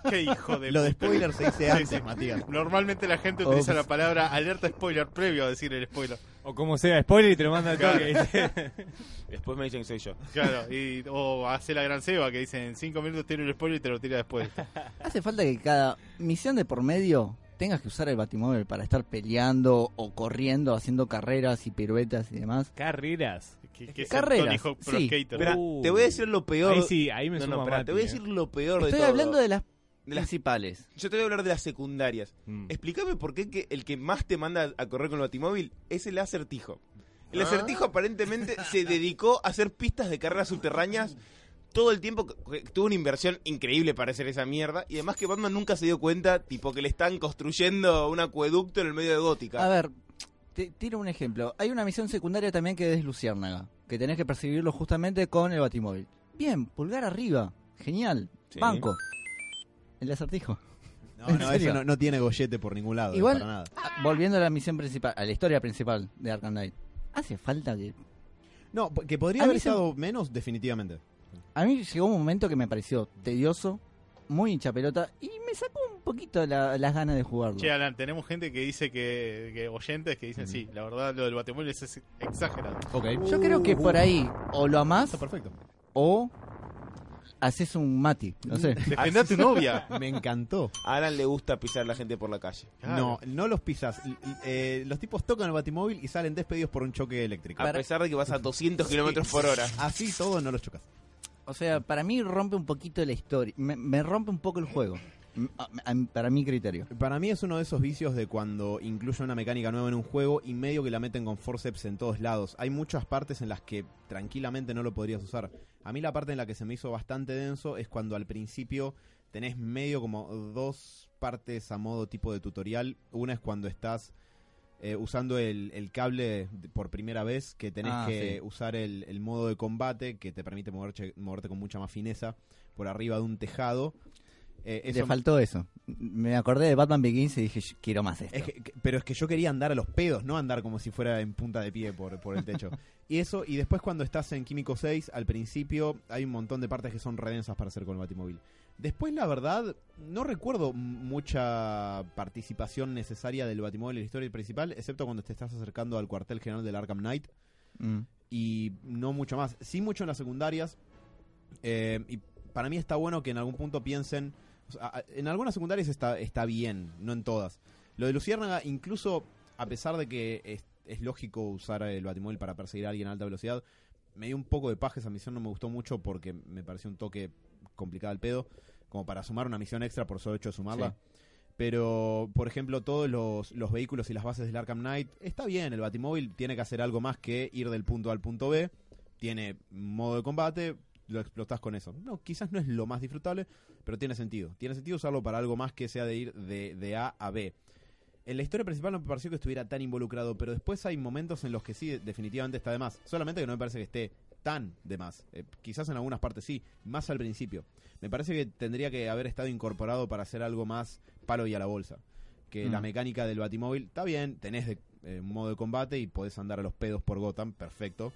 Speaker 3: Qué hijo de
Speaker 1: Lo de
Speaker 3: puta.
Speaker 1: spoiler se dice
Speaker 3: Sí,
Speaker 1: antes,
Speaker 3: sí.
Speaker 1: Matías.
Speaker 3: Normalmente la gente utiliza
Speaker 4: Ops.
Speaker 3: la palabra alerta spoiler previo a decir el spoiler.
Speaker 5: <laughs> O como sea, spoiler y te lo manda al toque. <laughs>
Speaker 6: Después me dicen que soy yo.
Speaker 3: Claro, y, o hace la gran ceba que dice en 5 minutos tiene el spoiler y te lo tira
Speaker 4: <laughs>
Speaker 3: después.
Speaker 4: Hace falta que cada misión de por medio tengas que usar el Batimóvil para estar peleando o corriendo, haciendo carreras y piruetas y demás.
Speaker 5: Carreras.
Speaker 3: Que, que es el
Speaker 4: Carreras,
Speaker 3: Tony Hawk Pro
Speaker 4: sí.
Speaker 3: Skater.
Speaker 6: Espera,
Speaker 5: Uh.
Speaker 6: te voy a decir lo peor.
Speaker 5: Ahí sí, ahí me
Speaker 6: no,
Speaker 5: suma
Speaker 6: no, espera,
Speaker 5: Mati,
Speaker 6: te voy a
Speaker 5: eh.
Speaker 6: decir lo peor de
Speaker 4: Estoy
Speaker 6: todo.
Speaker 4: hablando de las
Speaker 6: De las-
Speaker 4: principales.
Speaker 6: Yo te voy a hablar de las secundarias.
Speaker 5: Mm.
Speaker 6: Explícame por qué que el que más te manda a correr con el batimóvil es el acertijo. El acertijo aparentemente se dedicó a hacer pistas de carreras subterráneas todo el tiempo. que- que Tuvo una inversión increíble para hacer esa mierda. Y además que Batman nunca se dio cuenta, tipo que le están construyendo un acueducto en el medio de Gótica.
Speaker 4: A ver, te tiro un ejemplo. Hay una misión secundaria también que es Luciérnaga, que tenés que perseguirlo justamente con el batimóvil. Bien, pulgar arriba. Genial.
Speaker 6: Sí.
Speaker 4: Banco. El acertijo.
Speaker 1: No,
Speaker 4: ¿En
Speaker 1: no,
Speaker 4: serio?
Speaker 1: eso no, no tiene gollete por ningún lado.
Speaker 4: Igual-
Speaker 1: Para nada.
Speaker 4: Ah, Volviendo a la misión principal, a la historia principal de Arkham Knight. Hace falta que...
Speaker 1: No, que podría
Speaker 4: A mí
Speaker 1: haber
Speaker 4: se-
Speaker 1: estado menos, definitivamente.
Speaker 4: A mí llegó un momento que me pareció tedioso, muy hincha pelota, y me sacó un poquito la- las ganas de jugarlo.
Speaker 3: Che, Alan, tenemos gente que dice que, que oyentes que dicen sí, la verdad lo del batemóvil es ex- exagerado.
Speaker 4: Ah,
Speaker 1: Ok.
Speaker 4: Yo creo que por ahí o lo amás
Speaker 1: Está perfecto.
Speaker 4: o haces un mati. No sé.
Speaker 3: Defendá a tu novia.
Speaker 1: Me encantó.
Speaker 6: A Alan le gusta pisar a la gente por la calle.
Speaker 1: No, no los pisas. L- l- eh, los tipos tocan el batimóvil y salen despedidos por un choque eléctrico.
Speaker 6: A pesar de que vas a 200 kilómetros por hora.
Speaker 1: Así todo no los chocas.
Speaker 4: O sea, para mí rompe un poquito la historia. Me, me rompe un poco el juego. M- a- a- Para mi criterio.
Speaker 1: Para mí es uno de esos vicios de cuando incluye una mecánica nueva en un juego y medio que la meten con forceps en todos lados. Hay muchas partes en las que tranquilamente no lo podrías usar. A mí la parte en la que se me hizo bastante denso es cuando al principio tenés medio como dos partes a modo tipo de tutorial. Una es cuando estás eh, usando el, el cable de- por primera vez, que tenés
Speaker 4: Ah,
Speaker 1: que
Speaker 4: sí.
Speaker 1: usar el, el modo de combate, que te permite moverte, moverte con mucha más fineza por arriba de un tejado. Eh, eso
Speaker 4: Le faltó eso. Me acordé de Batman Begins y dije, "Yo quiero más esto.
Speaker 1: es que- que- pero es que yo quería andar a los pedos, no andar como si fuera en punta de pie por, por el techo. y eso, y después cuando estás en Químico 6, al principio hay un montón de partes que son redensas para hacer con el Batimóvil. Después, la verdad, no recuerdo m- mucha participación necesaria del Batimóvil en la historia principal, excepto cuando te estás acercando al cuartel general del Arkham Knight
Speaker 4: Mm.
Speaker 1: y no mucho más. Sí mucho en las secundarias. eh, y para mí está bueno que en algún punto piensen... o sea, a- en algunas secundarias está, está bien, no en todas. Lo de Luciérnaga, incluso a pesar de que es, es lógico usar el batimóvil para perseguir a alguien a alta velocidad, me dio un poco de paja esa misión, no me gustó mucho porque me pareció un toque complicado al pedo, como para sumar una misión extra por solo hecho de sumarla.
Speaker 4: Sí.
Speaker 1: Pero, por ejemplo, todos los, los vehículos y las bases del Arkham Knight, está bien, el Batimóvil tiene que hacer algo más que ir del punto A al punto B, tiene modo de combate, lo explotás con eso. No, quizás no es lo más disfrutable, pero tiene sentido. Tiene sentido usarlo para algo más que sea de ir de, de A a B. En la historia principal no me pareció que estuviera tan involucrado, pero después hay momentos en los que sí, definitivamente está de más. Solamente que no me parece que esté tan de más. Eh, quizás en algunas partes sí, más al principio. Me parece que tendría que haber estado incorporado para hacer algo más palo y a la bolsa. Que la
Speaker 4: Mm.
Speaker 1: mecánica del batimóvil, está bien, tenés de- eh, un modo de combate y podés andar a los pedos por Gotham, perfecto.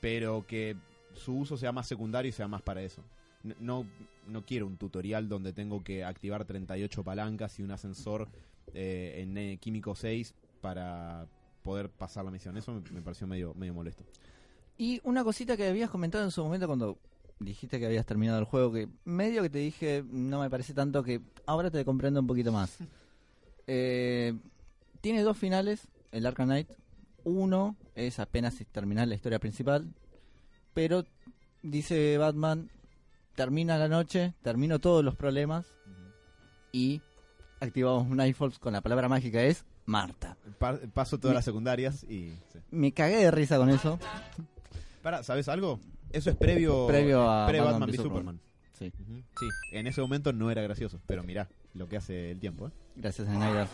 Speaker 1: Pero que su uso sea más secundario y sea más para eso. N- No, no quiero un tutorial donde tengo que activar 38 palancas y un ascensor eh, en eh, Químico 6 para poder pasar la misión. Eso me, me pareció medio, medio molesto.
Speaker 4: Y una cosita que habías comentado en su momento cuando dijiste que habías terminado el juego, que medio que te dije, no me parece tanto que ahora te comprendo un poquito más. Eh, tiene dos finales, el Arkham Knight. Uno es apenas terminar la historia principal, pero dice Batman, termina la noche, termino todos los problemas y activamos un iFalls con la palabra mágica es Marta.
Speaker 1: Pa- paso todas
Speaker 4: Mi-
Speaker 1: las secundarias y... sí.
Speaker 4: Me cagué de risa con eso.
Speaker 1: Pará, ¿sabes algo? Eso es previo,
Speaker 4: Previo a
Speaker 1: pre-
Speaker 4: Batman
Speaker 1: Batman
Speaker 4: v
Speaker 1: v Superman.
Speaker 4: Sí,
Speaker 1: Ujú, Sí, en ese momento no era gracioso, pero mirá lo que hace el tiempo. ¿eh?
Speaker 4: Gracias, Snyder.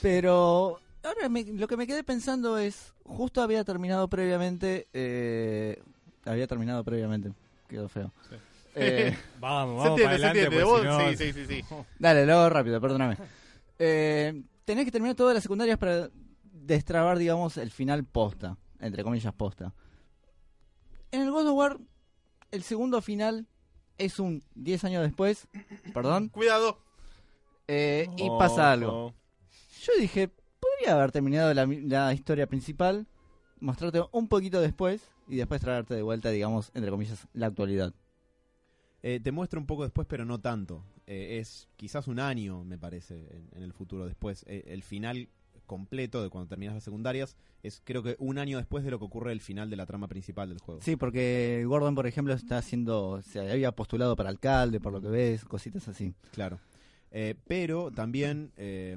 Speaker 4: Pero ahora me- lo que me quedé pensando es, justo había terminado previamente, eh, había terminado previamente, quedó feo. <laughs>
Speaker 3: <laughs>
Speaker 4: Eh,
Speaker 5: Vamos,
Speaker 3: se
Speaker 5: vamos para
Speaker 3: entiende, se
Speaker 5: adelante.
Speaker 3: entiende.
Speaker 5: porque
Speaker 3: Vos,
Speaker 5: si no-
Speaker 3: sí, sí, sí,
Speaker 4: <laughs>
Speaker 3: sí.
Speaker 4: dale, lo hago rápido, perdóname. Eh, tenés que terminar todas las secundarias para destrabar, digamos, el final posta, entre comillas posta. En el God of War, el segundo final es un 10 años después, perdón,
Speaker 3: Cuidado.
Speaker 4: eh, y
Speaker 6: Oh,
Speaker 4: pasa algo.
Speaker 6: oh.
Speaker 4: Yo dije, podría haber terminado la, la historia principal, mostrarte un poquito después y después traerte de vuelta, digamos, entre comillas, la actualidad.
Speaker 1: Eh, te muestra un poco después, pero no tanto. Eh, es quizás un año, me parece, en, en el futuro después. Eh, el final completo de cuando terminas las secundarias es creo que un año después de lo que ocurre el final de la trama principal del juego.
Speaker 4: Sí, porque Gordon, por ejemplo, está haciendo, se había postulado para alcalde, por lo que ves, cositas así.
Speaker 1: Claro. Eh, pero también eh,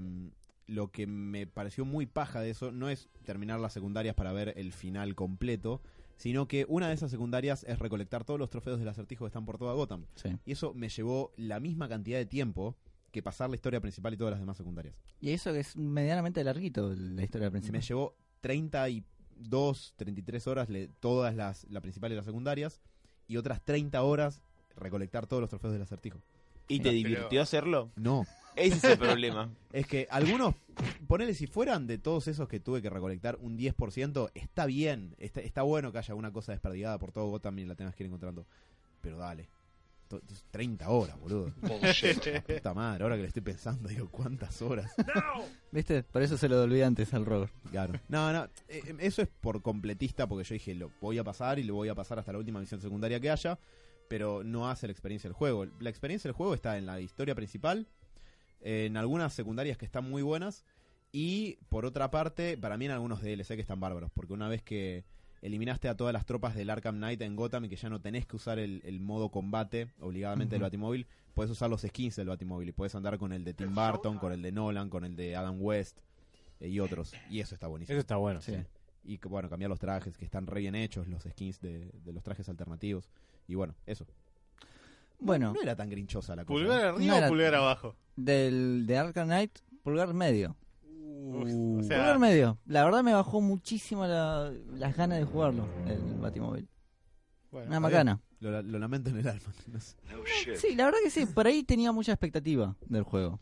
Speaker 1: lo que me pareció muy paja de eso no es terminar las secundarias para ver el final completo, sino que una de esas secundarias es recolectar todos los trofeos del acertijo que están por toda Gotham.
Speaker 4: Sí.
Speaker 1: Y eso me llevó la misma cantidad de tiempo que pasar la historia principal y todas las demás secundarias.
Speaker 4: Y eso que es medianamente larguito la historia
Speaker 1: Me
Speaker 4: principal.
Speaker 1: llevó 32, 33 horas le- todas las la principal y las secundarias y otras 30 horas recolectar todos los trofeos del acertijo.
Speaker 6: ¿Y te
Speaker 3: Pero-
Speaker 6: divirtió hacerlo?
Speaker 1: No.
Speaker 6: Ese es el problema.
Speaker 1: Es que algunos, ponele si fueran de todos esos que tuve que recolectar un 10%, está bien, está, está bueno que haya una cosa desperdigada por todo Gotham y la tengas que ir encontrando. Pero dale, To- 30 horas, boludo. <laughs> La puta madre, ahora que lo estoy pensando, digo, ¿cuántas horas?
Speaker 4: ¿Viste? Por eso se lo olvidé antes al Robert.
Speaker 1: Claro. No, no, eh, eso es por completista, porque yo dije, lo voy a pasar y lo voy a pasar hasta la última misión secundaria que haya, pero no hace la experiencia del juego. La experiencia del juego está en la historia principal, en algunas secundarias que están muy buenas, y por otra parte, para mí en algunos DLC que están bárbaros, porque una vez que eliminaste a todas las tropas del Arkham Knight en Gotham y que ya no tenés que usar el, el modo combate obligadamente del
Speaker 4: Ujú.
Speaker 1: Batimóvil, puedes usar los skins del Batimóvil y puedes andar con el de Tim Burton, con el de Nolan, con el de Adam West eh, y otros. Y eso está buenísimo.
Speaker 5: Eso está bueno.
Speaker 1: Sí. Y que, bueno, cambiar los trajes que están re bien hechos, los skins de, de los trajes alternativos. Y bueno, eso.
Speaker 4: Bueno,
Speaker 1: No era tan grinchosa la cosa. ¿eh?
Speaker 3: ¿Pulgar
Speaker 1: ¿no?
Speaker 3: arriba
Speaker 4: No era-
Speaker 3: o pulgar abajo?
Speaker 4: del, de Arkham Knight, pulgar medio. Uh,
Speaker 3: Uf, o sea,
Speaker 4: Pulgar medio. La verdad me bajó muchísimo la- las ganas de jugarlo, el Batimóvil.
Speaker 3: bueno,
Speaker 4: Una macana.
Speaker 1: Lo, lo lamento en el alma. <laughs> no sé.
Speaker 4: Sí, la verdad que sí, por ahí tenía mucha expectativa del juego.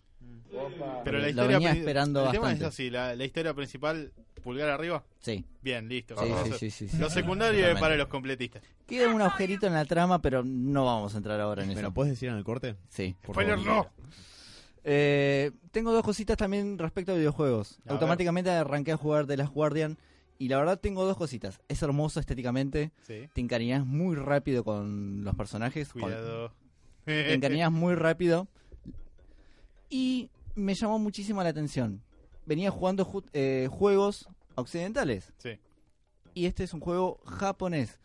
Speaker 3: pero
Speaker 4: lo
Speaker 3: la historia
Speaker 4: venía
Speaker 3: pri-
Speaker 4: esperando
Speaker 3: el tema es
Speaker 4: bastante.
Speaker 3: así, la, la historia principal, pulgar arriba,
Speaker 4: Sí,
Speaker 3: bien, listo.
Speaker 4: sí,
Speaker 3: Eso-
Speaker 4: sí, sí, sí, sí.
Speaker 3: Lo secundario es
Speaker 4: Totalmente.
Speaker 3: para los completistas.
Speaker 4: Queda un agujerito en la trama, pero no vamos a entrar ahora en
Speaker 1: ¿Me
Speaker 4: eso.
Speaker 1: lo puedes decir en el corte?
Speaker 4: Sí. por
Speaker 3: Spoiler
Speaker 4: favor.
Speaker 3: no.
Speaker 4: Eh, tengo dos cositas también respecto a videojuegos.
Speaker 3: A
Speaker 4: Automáticamente arranqué a jugar The Last Guardian y la verdad tengo dos cositas. Es hermoso estéticamente,
Speaker 3: Sí,
Speaker 4: te encariñas muy rápido con los personajes, con-
Speaker 3: cuidado. <laughs>
Speaker 4: te encariñas muy rápido y me llamó muchísimo la atención. Venía jugando ju- eh, juegos occidentales
Speaker 3: Sí.
Speaker 4: y este es un juego japonés.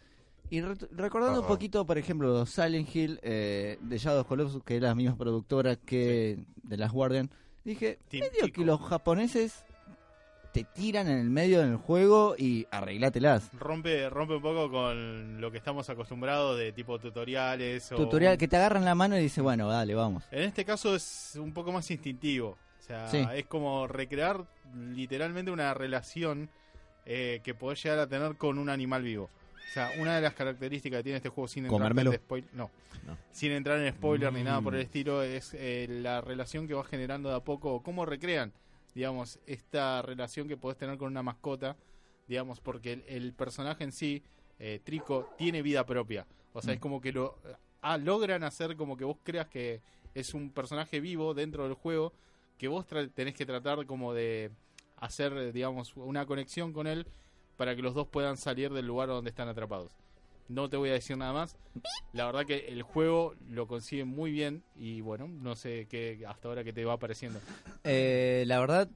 Speaker 4: Y re- recordando un poquito, por ejemplo, los Silent Hill eh, de Shadow of Colossus, que es la misma productora que de Las Guardian, dije,
Speaker 3: Team
Speaker 4: medio
Speaker 3: Ico.
Speaker 4: que los japoneses te tiran en el medio del juego y arreglatelas.
Speaker 3: Rompe, rompe un poco con lo que estamos acostumbrados de tipo tutoriales o
Speaker 4: Tutorial que te agarran la mano y dice, bueno, dale, vamos.
Speaker 3: En este caso es un poco más instintivo. O sea,
Speaker 4: Sí.
Speaker 3: es como recrear literalmente una relación eh, que podés llegar a tener con un animal vivo. O sea, una de las características que tiene este juego sin entrar
Speaker 1: Comérmelo.
Speaker 3: en spoil- no.
Speaker 1: No.
Speaker 3: Sin entrar en spoiler ni nada
Speaker 1: Mm.
Speaker 3: por el estilo, es eh, la relación que vas generando de a poco, o cómo recrean, digamos, esta relación que podés tener con una mascota, digamos, porque el, el personaje en sí, eh, Trico, tiene vida propia. O sea, es como que lo ah, logran hacer como que vos creas que es un personaje vivo dentro del juego, que vos tra- tenés que tratar como de hacer, eh, digamos, una conexión con él para que los dos puedan salir del lugar donde están atrapados. No te voy a decir nada más. La verdad que el juego lo consigue muy bien y bueno, no sé qué hasta ahora que te va apareciendo.
Speaker 4: Eh, la verdad,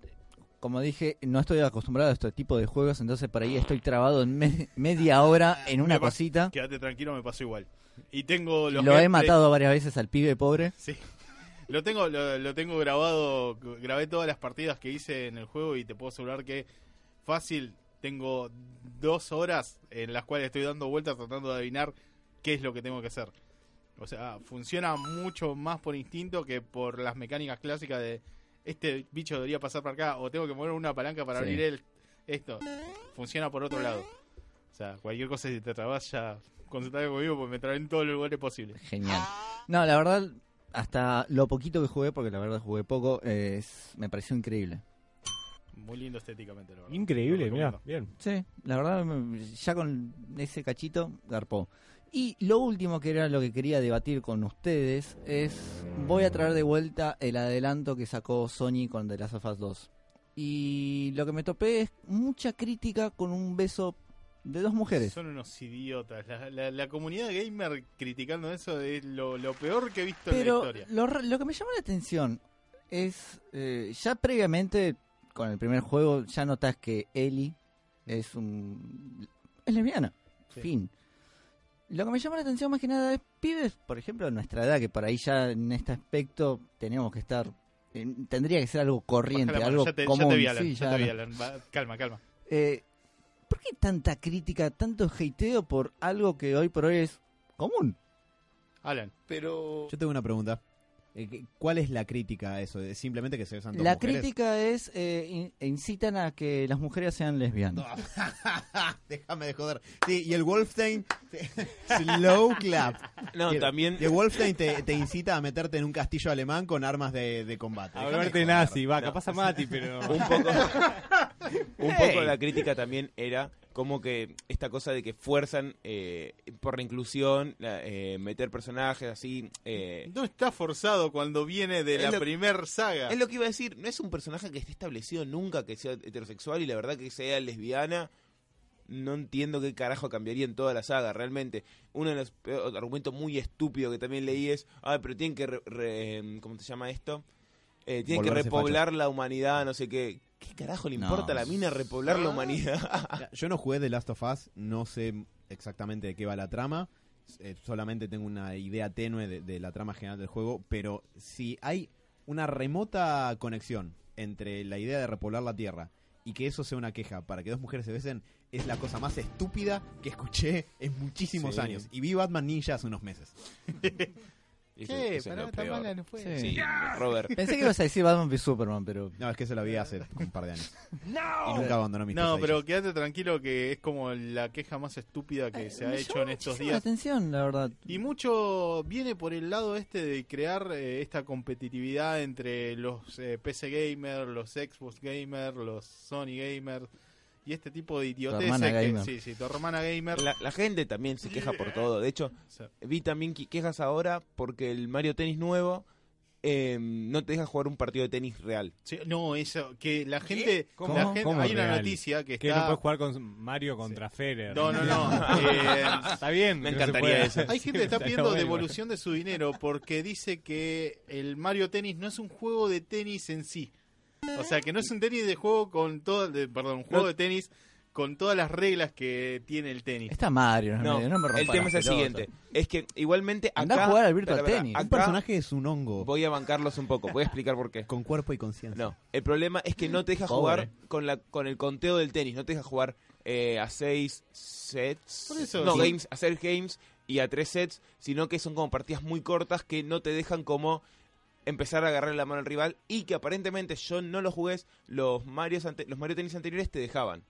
Speaker 4: como dije, no estoy acostumbrado a este tipo de juegos, entonces por ahí estoy trabado en me- media hora en una
Speaker 3: Me pas-
Speaker 4: cosita.
Speaker 3: Quédate tranquilo, me pasó igual. Y tengo los
Speaker 4: Lo he
Speaker 3: gameplays-
Speaker 4: matado varias veces al pibe pobre.
Speaker 3: <laughs> Sí. Lo tengo, lo, lo tengo grabado, grabé todas las partidas que hice en el juego y te puedo asegurar que fácil, tengo dos horas en las cuales estoy dando vueltas tratando de adivinar qué es lo que tengo que hacer. O sea, funciona mucho más por instinto que por las mecánicas clásicas de este bicho debería pasar para acá o tengo que mover una palanca para
Speaker 4: Sí.
Speaker 3: abrir el, esto. Funciona por otro lado. O sea, cualquier cosa si te trabas ya concentrate conmigo porque me trabé en todos los lugares posibles.
Speaker 4: Genial. No, la verdad, hasta lo poquito que jugué, porque la verdad jugué poco, es- me pareció increíble.
Speaker 3: Muy lindo estéticamente, la verdad.
Speaker 5: Increíble,
Speaker 3: Lo
Speaker 5: mira,
Speaker 3: recomiendo.
Speaker 5: bien.
Speaker 4: Sí, la verdad, mm, ya con ese cachito, garpó. Y lo último que era lo que quería debatir con ustedes es, voy a traer de vuelta el adelanto que sacó Sony con The Last of Us 2. Y lo que me topé es mucha crítica con un beso de dos mujeres.
Speaker 3: Son unos idiotas. La, la- la comunidad gamer criticando eso es lo, lo peor que he visto
Speaker 4: Pero
Speaker 3: en la historia.
Speaker 4: lo, ra- lo que me llama la atención es, eh, ya previamente con el primer juego, ya notas que Ellie es un... es lesbiana,
Speaker 3: Sí.
Speaker 4: fin. Lo que me llama la atención más que nada es pibes, por ejemplo, de nuestra edad, que por ahí ya en este aspecto tenemos que estar... eh, Tendría que ser algo corriente,
Speaker 3: Baja la mano,
Speaker 4: algo
Speaker 3: ya te, ya
Speaker 4: común.
Speaker 3: te vi, Alan,
Speaker 4: sí,
Speaker 3: ya
Speaker 4: ya
Speaker 3: te
Speaker 4: no.
Speaker 3: vi, Alan. Va, calma, calma.
Speaker 4: Eh, ¿Por qué tanta crítica, tanto hateo por algo que hoy por hoy es común?
Speaker 3: Alan,
Speaker 2: Pero.
Speaker 1: Yo tengo una pregunta. Eh, ¿qué- ¿Cuál es la crítica a eso? ¿Es simplemente que se besan dos
Speaker 4: La
Speaker 1: mujeres?
Speaker 4: crítica es eh, in- incitan a que las mujeres sean lesbianas.
Speaker 1: <laughs> Déjame de joder. Sí, y el Wolfstein. <laughs> Slow clap.
Speaker 6: No,
Speaker 1: Y el-
Speaker 6: también.
Speaker 1: Y el Wolfstein te, te incita a meterte en un castillo alemán con armas de, de combate. Déjame de
Speaker 5: Hablarte
Speaker 1: joder.
Speaker 5: nazi, va, capaz a Mati, pero.
Speaker 6: Un poco, un
Speaker 4: Hey.
Speaker 6: poco la crítica también era como que esta cosa de que fuerzan eh, por la inclusión, la- eh, meter personajes así. eh,
Speaker 3: no está forzado cuando viene de
Speaker 6: Es
Speaker 3: la
Speaker 6: lo-
Speaker 3: primer saga.
Speaker 6: es lo que iba a decir, no es un personaje que esté establecido nunca que sea heterosexual y la verdad que sea lesbiana. No entiendo qué carajo cambiaría en toda la saga, realmente. Uno de los peor- argumentos muy estúpido que también leí es, ah, pero tienen que, re- re- em, ¿cómo se llama esto? Eh, tienen
Speaker 1: Volverse
Speaker 6: que repoblar la humanidad, no sé qué. ¿Qué carajo le
Speaker 4: No.
Speaker 6: importa a la mina repoblar la humanidad?
Speaker 1: Ya, Yo no jugué The Last of Us, no sé exactamente de qué va la trama. eh, solamente tengo una idea tenue de, de la trama general del juego. Pero si hay una remota conexión entre la idea de repoblar la Tierra y que eso sea una queja para que dos mujeres se besen, es la cosa más estúpida que escuché en muchísimos
Speaker 6: Sí.
Speaker 1: años. Y vi Batman Ninja hace unos meses.
Speaker 6: Eso-
Speaker 2: Che,
Speaker 6: eso es
Speaker 2: pará,
Speaker 6: lo
Speaker 2: tan
Speaker 6: peor.
Speaker 2: mala no fue.
Speaker 6: Sí, Robert.
Speaker 4: Pensé que ibas a decir Batman v Superman, pero.
Speaker 1: No, es que se la vi hace un par de años. Y nunca abandonó mi
Speaker 3: No, pero quédate tranquilo que es como la queja más estúpida que se ha
Speaker 4: Eh, Me
Speaker 3: hecho
Speaker 4: llamó
Speaker 3: en estos
Speaker 4: muchísimo la
Speaker 3: días.
Speaker 4: atención, la verdad.
Speaker 3: Y mucho viene por el lado este de crear eh, esta competitividad entre los eh, PC gamers, los Xbox gamers, los Sony gamers y este tipo de idioteces.
Speaker 4: hermana
Speaker 3: que-
Speaker 4: gamer.
Speaker 3: Sí, sí, tu hermana gamer.
Speaker 6: La, la gente también se queja por todo. De hecho,
Speaker 3: O sea,
Speaker 6: vi también que- quejas ahora porque el Mario Tennis nuevo eh, no te deja jugar un partido de tenis real.
Speaker 3: sí, no, eso, que la gente...
Speaker 5: ¿Cómo?
Speaker 3: la gente-
Speaker 5: ¿Cómo
Speaker 3: hay una
Speaker 5: real?
Speaker 3: noticia que
Speaker 5: Que
Speaker 3: está...
Speaker 5: no puedes jugar con Mario contra Federer.
Speaker 3: no,
Speaker 5: <laughs>
Speaker 3: no, no. eh,
Speaker 5: Está bien.
Speaker 6: Me
Speaker 5: que no se
Speaker 6: encantaría
Speaker 5: pueda.
Speaker 6: eso.
Speaker 5: <laughs>
Speaker 3: Hay gente que está
Speaker 5: Está
Speaker 3: pidiendo
Speaker 5: bueno.
Speaker 3: devolución de su dinero porque dice que el Mario Tennis no es un juego de tenis en sí. O sea, que no es un tenis de juego con todo, de- perdón, un juego de tenis con todas las reglas que tiene el tenis.
Speaker 4: Está Mario, no, me,
Speaker 6: No,
Speaker 4: Ah, no me rompa
Speaker 6: el tema
Speaker 4: las
Speaker 6: es el
Speaker 4: pelotas.
Speaker 6: siguiente. Es que igualmente acá...
Speaker 4: Andá a jugar al Virtua
Speaker 6: Espera, espera,
Speaker 4: Tennis.
Speaker 1: Un
Speaker 6: acá
Speaker 1: personaje es un hongo.
Speaker 6: Voy a bancarlos un poco. Voy a explicar por qué.
Speaker 1: Con cuerpo y conciencia.
Speaker 6: No, el problema es que no te deja
Speaker 4: Pobre.
Speaker 6: jugar con la con el conteo del tenis, no te deja jugar eh, a 6 sets,
Speaker 3: Por eso,
Speaker 6: no
Speaker 3: sí.
Speaker 6: games, a 6 games y a 3 sets, sino que son como partidas muy cortas que no te dejan como empezar a agarrar la mano al rival y que aparentemente yo no lo jugué, los Mario los Mario Tennis anteriores te dejaban.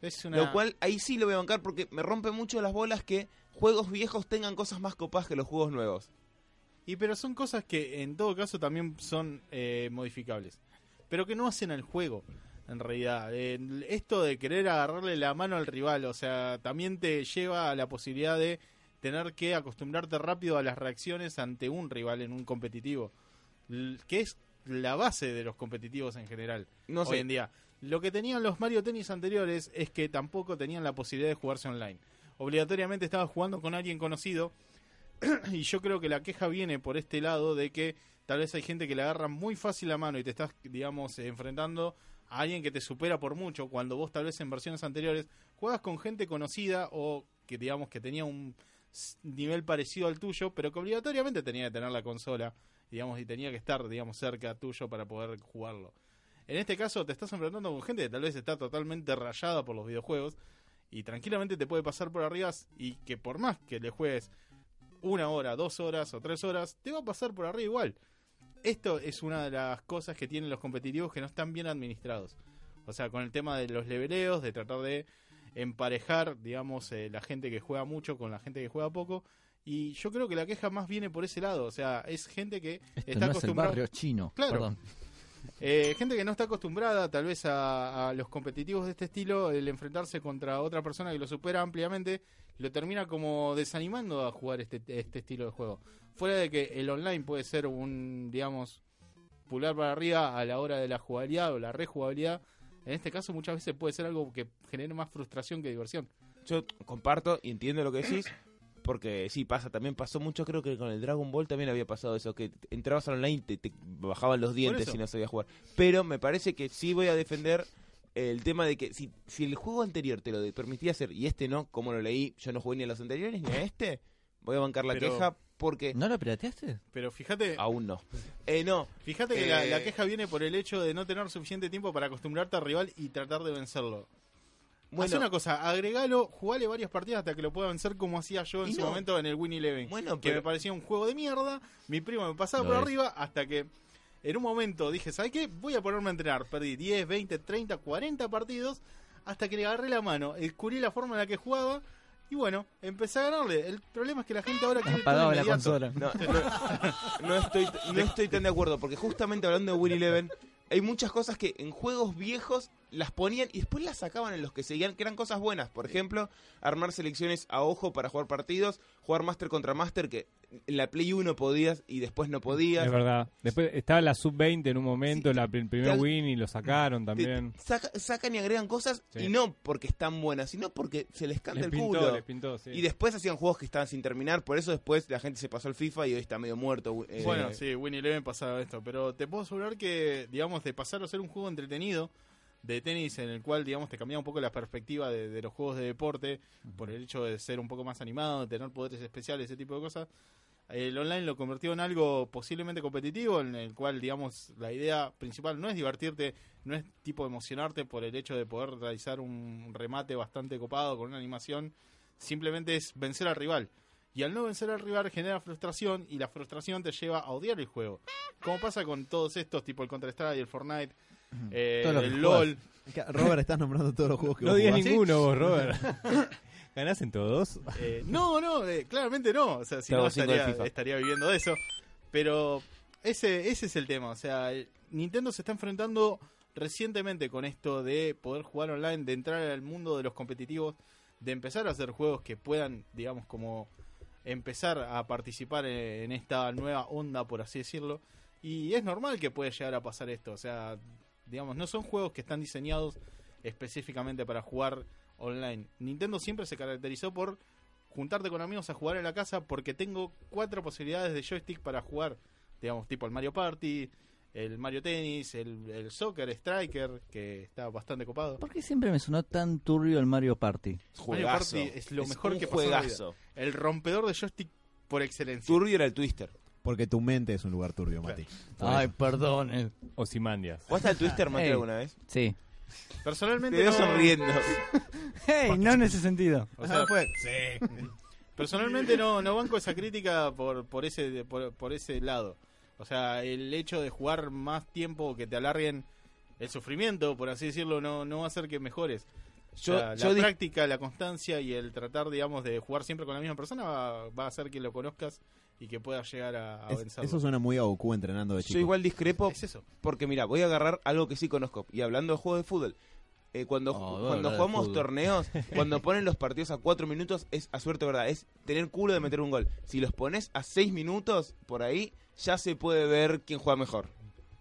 Speaker 3: Es una...
Speaker 6: Lo cual ahí sí lo voy a bancar porque me rompe mucho las bolas que juegos viejos tengan cosas más copadas que los juegos nuevos.
Speaker 3: Y pero son cosas que en todo caso también son eh, modificables. Pero que no hacen al juego, en realidad. Eh, esto de querer agarrarle la mano al rival, o sea, también te lleva a la posibilidad de tener que acostumbrarte rápido a las reacciones ante un rival en un competitivo. L- Que es la base de los competitivos en general
Speaker 6: No
Speaker 3: hoy
Speaker 6: sé,
Speaker 3: en día. Lo que tenían los Mario Tennis anteriores es que tampoco tenían la posibilidad de jugarse online. Obligatoriamente estaba jugando con alguien conocido <clears throat> y yo creo que la queja viene por este lado de que tal vez hay gente que le agarra muy fácil la mano y te estás, digamos, eh, enfrentando a alguien que te supera por mucho cuando vos tal vez en versiones anteriores juegas con gente conocida o que digamos que tenía un s- nivel parecido al tuyo, pero que obligatoriamente tenía que tener la consola, digamos, y tenía que estar, digamos, cerca tuyo para poder jugarlo. En este caso te estás enfrentando con gente que tal vez está totalmente rayada por los videojuegos y tranquilamente te puede pasar por arriba y que por más que le juegues una hora, dos horas o tres horas, te va a pasar por arriba igual. Esto es una de las cosas que tienen los competitivos que no están bien administrados. O sea, con el tema de los leveleos, de tratar de emparejar, digamos, eh, la gente que juega mucho con la gente que juega poco. Y yo creo que la queja más viene por ese lado. O sea, es gente que
Speaker 4: Esto
Speaker 3: está
Speaker 4: no es el
Speaker 3: acostumbrada.
Speaker 4: barrio chino.
Speaker 3: Claro.
Speaker 4: Perdón.
Speaker 3: Eh, gente que no está acostumbrada tal vez a, a los competitivos de este estilo, el enfrentarse contra otra persona que lo supera ampliamente, lo termina como desanimando a jugar este, este estilo de juego. Fuera de que el online puede ser un, digamos, pulgar para arriba a la hora de la jugabilidad o la rejugabilidad, en este caso muchas veces puede ser algo que genere más frustración que diversión.
Speaker 6: Yo comparto y entiendo lo que decís, porque sí pasa, también pasó mucho, creo que con el Dragon Ball también había pasado eso, que entrabas al online y te, te bajaban los dientes
Speaker 3: eso.
Speaker 6: y no sabías jugar. Pero me parece que sí voy a defender el tema de que si, si el juego anterior te lo de- permitía hacer y este no, como lo leí, yo no jugué ni a los anteriores ni a este, voy a bancar la
Speaker 3: Pero-
Speaker 6: queja porque
Speaker 4: ¿No lo pirateaste?
Speaker 3: Pero fíjate,
Speaker 6: aún no. Eh, no,
Speaker 3: Fíjate que la,
Speaker 6: Eh,
Speaker 3: la queja viene por el hecho de no tener suficiente tiempo para acostumbrarte al rival y tratar de vencerlo.
Speaker 6: Bueno.
Speaker 3: Haz una cosa, agregalo, jugale varias partidas hasta que lo pueda vencer como hacía yo en
Speaker 6: Y
Speaker 3: su
Speaker 6: no.
Speaker 3: momento en el Win Eleven.
Speaker 6: Bueno,
Speaker 3: que
Speaker 6: pero-
Speaker 3: me parecía un juego de mierda, mi primo me pasaba
Speaker 4: Lo
Speaker 3: por
Speaker 4: es.
Speaker 3: arriba hasta que en un momento dije, ¿sabes qué? Voy a ponerme a entrenar. Perdí 10, 20, 30, 40 partidos hasta que le agarré la mano, descubrí la forma en la que jugaba y bueno, empecé a ganarle. El problema es que la gente ahora quiere todo
Speaker 4: Apagaba la
Speaker 3: inmediato.
Speaker 4: consola.
Speaker 6: No, no- no estoy, no estoy tan de acuerdo, porque justamente hablando de Win Eleven, hay muchas cosas que en juegos viejos las ponían y después las sacaban en los que seguían, que eran cosas buenas. Por ejemplo, armar selecciones a ojo para jugar partidos, jugar Master contra Master, que en la Play 1 podías y después no podías.
Speaker 5: Es verdad. Después estaba la sub-20 en un momento,
Speaker 6: Sí,
Speaker 5: la pri- primer
Speaker 6: te-
Speaker 5: win y lo sacaron
Speaker 6: Te-
Speaker 5: también.
Speaker 6: saca- sacan y agregan cosas
Speaker 5: Sí.
Speaker 6: y no porque están buenas, sino porque se les canta
Speaker 5: Les
Speaker 6: el
Speaker 5: pintó,
Speaker 6: culo.
Speaker 5: les pintó, sí.
Speaker 6: Y después hacían juegos que estaban sin terminar, por eso después la gente se pasó al FIFA y hoy está medio muerto. eh,
Speaker 3: Bueno, sí, Winnie Eleven pasaba esto, pero te puedo asegurar que, digamos, de pasar a ser un juego entretenido de tenis en el cual, digamos, te cambiaba un poco la perspectiva de, de los juegos de deporte por el hecho de ser un poco más animado, de tener poderes especiales, ese tipo de cosas. El online lo convirtió en algo posiblemente competitivo, en el cual, digamos, la idea principal no es divertirte, no es tipo emocionarte por el hecho de poder realizar un remate bastante copado con una animación, simplemente es vencer al rival. Y al no vencer al rival genera frustración y la frustración te lleva a odiar el juego. Como pasa con todos estos, tipo el Counter-Strike, el Fortnite, eh,
Speaker 1: Todo lo que
Speaker 3: el
Speaker 1: jugás.
Speaker 3: LOL.
Speaker 1: Robert, estás nombrando todos los juegos que
Speaker 5: No
Speaker 1: vos
Speaker 5: digas
Speaker 1: jugás.
Speaker 5: ninguno vos, Robert. ¿Ganás en todos?
Speaker 3: Eh, no, no, eh, claramente no. O sea, si
Speaker 4: Te hago
Speaker 3: no
Speaker 4: cinco del
Speaker 3: estaría,
Speaker 4: FIFA.
Speaker 3: estaría viviendo de eso. Pero ese, ese es el tema. O sea, el- Nintendo se está enfrentando recientemente con esto de poder jugar online, de entrar al mundo de los competitivos, de empezar a hacer juegos que puedan, digamos, como empezar a participar e-, en en esta nueva onda, por así decirlo. Y es normal que pueda llegar a pasar esto. O sea, digamos, no son juegos que están diseñados específicamente para jugar online. Nintendo siempre se caracterizó por juntarte con amigos a jugar en la casa porque tengo cuatro posibilidades de joystick para jugar. Digamos, tipo el Mario Party, el Mario Tennis, el, el Soccer Striker, que está bastante copado.
Speaker 4: ¿Por qué siempre me sonó tan turbio el Mario Party?
Speaker 6: Juegazo.
Speaker 3: Mario Party es lo mejor
Speaker 6: un
Speaker 3: que pasó en la
Speaker 6: juegazo.
Speaker 3: El rompedor de joystick por excelencia.
Speaker 6: Turbio era el Twister.
Speaker 1: Porque tu mente es un lugar turbio, Mati. Por eso.
Speaker 4: perdón.
Speaker 5: Osimandias.
Speaker 6: ¿Jugaste al Twister, Mati,
Speaker 4: Ey.
Speaker 6: alguna vez?
Speaker 4: Sí.
Speaker 3: Personalmente
Speaker 6: Te veo
Speaker 3: no-
Speaker 6: sonriendo.
Speaker 4: Hey, no en ese sentido.
Speaker 3: O sea, Personalmente no, no banco esa crítica por, por ese por, por ese lado. O sea, el hecho de jugar más tiempo que te alarguen el sufrimiento, por así decirlo, no, no va a hacer que mejores.
Speaker 6: Yo-
Speaker 3: O sea,
Speaker 6: yo di-
Speaker 3: la práctica, la constancia y el tratar, digamos, de jugar siempre con la misma persona va, va a hacer que lo conozcas y que puedas llegar a, a
Speaker 5: Ah,
Speaker 1: Es-
Speaker 3: vencerlo.
Speaker 1: eso suena muy a Goku entrenando de chico.
Speaker 6: Yo igual discrepo
Speaker 3: Es eso.
Speaker 6: porque, mira, voy a agarrar algo que sí conozco. Y hablando de juegos de fútbol, eh, cuando,
Speaker 4: Oh, voy a
Speaker 6: cuando
Speaker 4: hablar de
Speaker 6: jugamos
Speaker 3: <laughs>
Speaker 4: fútbol.
Speaker 6: torneos, cuando ponen los partidos a cuatro minutos, es a suerte verdad, es tener culo de meter un gol. Si los pones a seis minutos, por ahí, ya se puede ver quién juega mejor.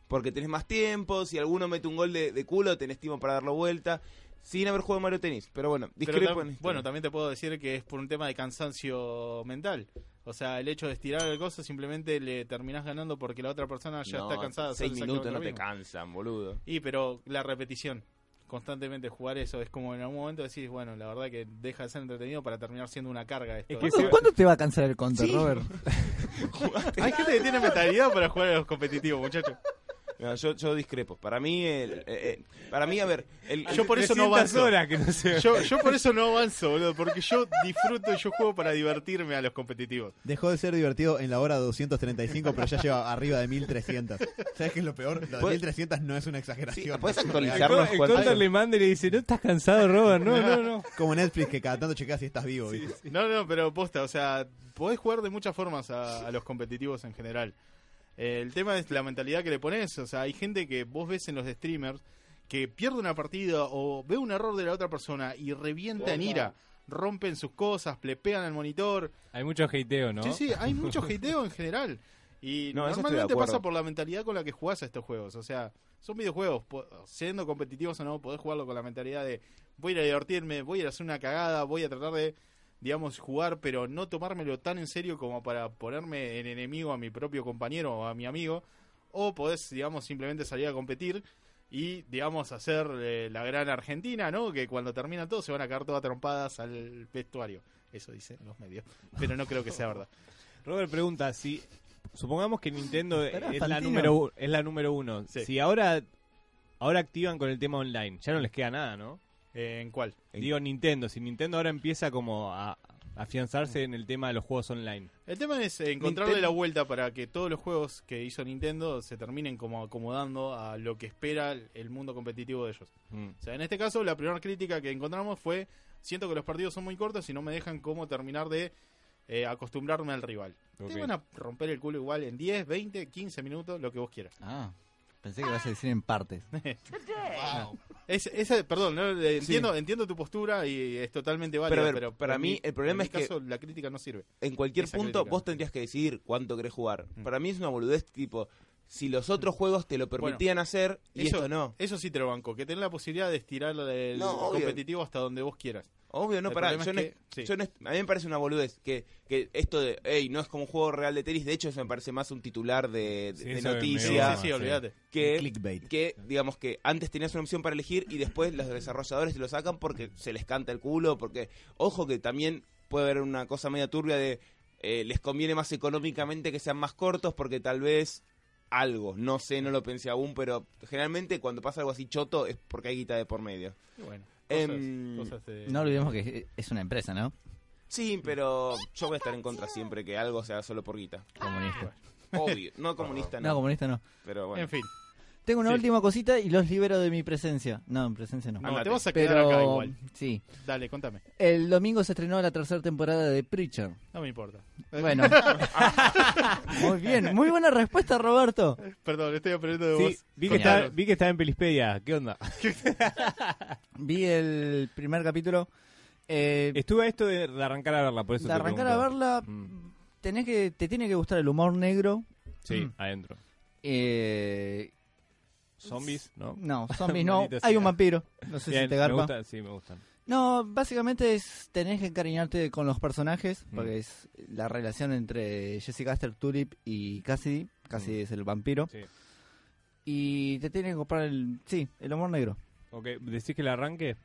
Speaker 6: Porque tenés más tiempo, si alguno mete un gol de, de culo, tenés tiempo para darlo vuelta. Sin haber jugado Mario Tenis. Pero bueno,
Speaker 3: Pero
Speaker 6: discrepo
Speaker 3: tam-
Speaker 6: en este esto.
Speaker 3: bueno, también te puedo decir que es por un tema de cansancio mental. O sea, el hecho de estirar el gozo simplemente le terminás ganando porque la otra persona <laughs> ya
Speaker 6: No,
Speaker 3: está cansada. de hacer
Speaker 6: Seis
Speaker 3: exactamente
Speaker 6: minutos
Speaker 3: lo
Speaker 6: no te
Speaker 3: mismo.
Speaker 6: cansan, boludo.
Speaker 3: Y pero la repetición, constantemente jugar eso, es como en algún momento decís, bueno, la verdad que deja de ser entretenido para terminar siendo una carga esto.
Speaker 5: Es que
Speaker 3: ¿no?
Speaker 5: se-
Speaker 4: ¿Cuándo, cuándo te va a cansar el contra, Robert?
Speaker 3: Hay gente que tiene mentalidad para jugar a los competitivos, muchachos.
Speaker 6: No, yo, yo discrepo. Para mí, el, eh, eh, para mí, a ver, el,
Speaker 3: Yo por eso no
Speaker 5: 300
Speaker 3: avanzo.
Speaker 5: horas que no sé.
Speaker 3: Yo, yo por eso no avanzo, boludo, porque yo disfruto, yo juego para divertirme a los competitivos.
Speaker 1: Dejó de ser divertido en la hora 235, pero ya lleva arriba de 1300. ¿Sabes qué es lo peor? Lo de
Speaker 6: Pues-
Speaker 1: 1300 no es una
Speaker 6: Sí, pues-
Speaker 1: exageración.
Speaker 6: ¿Puedes
Speaker 5: El,
Speaker 6: actualizarnos
Speaker 5: co- el
Speaker 6: cuánto-
Speaker 5: contra le manda y le dice, ¿no estás cansado, Robert? No, no, no.
Speaker 1: Como Netflix, que cada tanto checas si estás vivo. ¿viste?
Speaker 3: <laughs> No, no, pero posta, o sea, podés jugar de muchas formas a, a los competitivos en general. Eh, el tema es la mentalidad que le pones, o sea, hay gente que vos ves en los streamers que pierde una partida o ve un error de la otra persona y revienta en ira, rompen sus cosas, le pegan al monitor.
Speaker 5: Hay mucho hateo, ¿no?
Speaker 3: Sí, sí, hay mucho hateo en general. Y
Speaker 6: <laughs> No, eso estoy de
Speaker 3: normalmente
Speaker 6: acuerdo.
Speaker 3: pasa por la mentalidad con la que jugás a estos juegos. O sea, son videojuegos, po- siendo competitivos o no, podés jugarlo con la mentalidad de voy a ir a divertirme, voy a ir a hacer una cagada, voy a tratar de, digamos, jugar, pero no tomármelo tan en serio como para ponerme en enemigo a mi propio compañero o a mi amigo. O podés, digamos, simplemente salir a competir y, digamos, hacer eh, la gran Argentina, ¿no? Que cuando termina todo se van a caer todas trompadas al vestuario. Eso dicen los medios. Pero no creo que sea verdad.
Speaker 5: Robert pregunta si supongamos que Nintendo
Speaker 4: Espera,
Speaker 5: es la
Speaker 4: Fantino.
Speaker 5: número u- es la número uno.
Speaker 3: Sí.
Speaker 5: Si ahora ahora activan con el tema online, ya no les queda nada, ¿no?
Speaker 3: Eh, ¿En cuál?
Speaker 5: Digo Nintendo, si Nintendo ahora empieza como a a afianzarse en el tema de los juegos online.
Speaker 3: El tema es eh, encontrarle
Speaker 6: Ninten-
Speaker 3: la vuelta para que todos los juegos que hizo Nintendo se terminen como acomodando a lo que espera el mundo competitivo de ellos.
Speaker 5: Mm.
Speaker 3: O sea, en este caso, la primera crítica que encontramos fue: siento que los partidos son muy cortos y no me dejan como terminar de eh, acostumbrarme al rival.
Speaker 5: Ok.
Speaker 3: Te van a romper el culo igual en 10, 20, 15 minutos, lo que vos quieras.
Speaker 4: Ah, pensé que ibas a decir en partes.
Speaker 3: Es, esa- perdón, ¿no? Eh, entiendo, entiendo tu postura y es totalmente válida,
Speaker 6: a ver,
Speaker 3: pero,
Speaker 6: para
Speaker 3: en
Speaker 6: mí
Speaker 3: mi-
Speaker 6: el problema
Speaker 3: en mi
Speaker 6: es que-
Speaker 3: caso, la crítica no sirve.
Speaker 6: en cualquier
Speaker 3: Esa
Speaker 6: punto
Speaker 3: crítica.
Speaker 6: vos tendrías que decidir cuánto querés jugar.
Speaker 3: Mm.
Speaker 6: Para mí es una boludez tipo, si los otros juegos te lo permitían hacer y
Speaker 3: eso-
Speaker 6: esto no.
Speaker 3: Eso sí te lo banco, que tenés la posibilidad de estirar el
Speaker 6: No, obvio.
Speaker 3: competitivo hasta donde vos quieras.
Speaker 6: Obvio, no,
Speaker 3: El
Speaker 6: pará.
Speaker 3: problema
Speaker 6: Yo
Speaker 3: es
Speaker 6: no-
Speaker 3: que- sí.
Speaker 6: yo no- a mí me parece una boludez que, que esto de, hey, no es como un juego real de tenis. De hecho, eso me parece más un titular de, de-
Speaker 5: Sí,
Speaker 6: de
Speaker 5: eso me- me
Speaker 6: noticias.
Speaker 5: gusta.
Speaker 3: sí, sí,
Speaker 5: sí.
Speaker 3: olvídate.
Speaker 6: Que,
Speaker 1: Clickbait.
Speaker 6: que, digamos que antes tenías una opción para elegir y después los desarrolladores te lo sacan porque se les canta el culo, porque ojo que también puede haber una cosa media turbia de eh, les conviene más económicamente que sean más cortos porque tal vez algo, no sé, no lo pensé aún, pero generalmente cuando pasa algo así choto es porque hay guita de por medio.
Speaker 3: Y Bueno, cosas,
Speaker 6: Em,
Speaker 3: cosas de-
Speaker 4: No olvidemos que es una empresa, ¿no?
Speaker 6: Sí, pero yo voy a estar en contra siempre que algo sea solo por
Speaker 3: <laughs>
Speaker 6: guita.
Speaker 4: Comunista.
Speaker 6: Obvio, no comunista,
Speaker 4: No,
Speaker 6: no.
Speaker 4: comunista no.
Speaker 6: Pero bueno.
Speaker 3: En fin.
Speaker 4: Tengo una
Speaker 3: Sí.
Speaker 4: última cosita y los libero de mi presencia. No, en presencia no.
Speaker 5: Ah,
Speaker 3: No,
Speaker 6: Andate.
Speaker 3: te vas a quedar
Speaker 4: Pero
Speaker 3: acá igual.
Speaker 4: sí.
Speaker 3: Dale, contame.
Speaker 4: El domingo se estrenó la tercera temporada de Preacher.
Speaker 3: No me importa.
Speaker 4: Bueno.
Speaker 3: <laughs>
Speaker 4: muy bien, muy buena respuesta, Roberto.
Speaker 3: Perdón, estoy aprendiendo de
Speaker 5: Sí,
Speaker 3: vos.
Speaker 5: vi, que
Speaker 4: Coñado.
Speaker 5: está, vi que está en Pelispedia. ¿Qué onda?
Speaker 4: Vi el primer capítulo. Eh,
Speaker 5: Estuve a esto de, de arrancar a verla, por eso
Speaker 4: de arrancar a verla,
Speaker 5: Mm.
Speaker 4: tenés que, te tiene que gustar el humor negro.
Speaker 5: Sí,
Speaker 4: Mm.
Speaker 5: adentro.
Speaker 4: Eh,
Speaker 5: Zombies, ¿no? <laughs>
Speaker 4: no, zombies no.
Speaker 5: Maldita
Speaker 4: Hay
Speaker 5: sea.
Speaker 4: un vampiro. No sé si
Speaker 5: Bien,
Speaker 4: te
Speaker 5: me
Speaker 4: garpa.
Speaker 5: gustan, sí, me gustan.
Speaker 4: No, básicamente es tenés que encariñarte con los personajes,
Speaker 5: Mm.
Speaker 4: porque es la relación entre Jessica Caster, Tulip y Cassidy. Cassidy es el vampiro.
Speaker 5: Mm. Sí.
Speaker 4: Y te tienen que comprar el. Sí, el humor negro.
Speaker 5: Ok, ¿decís que la arranque?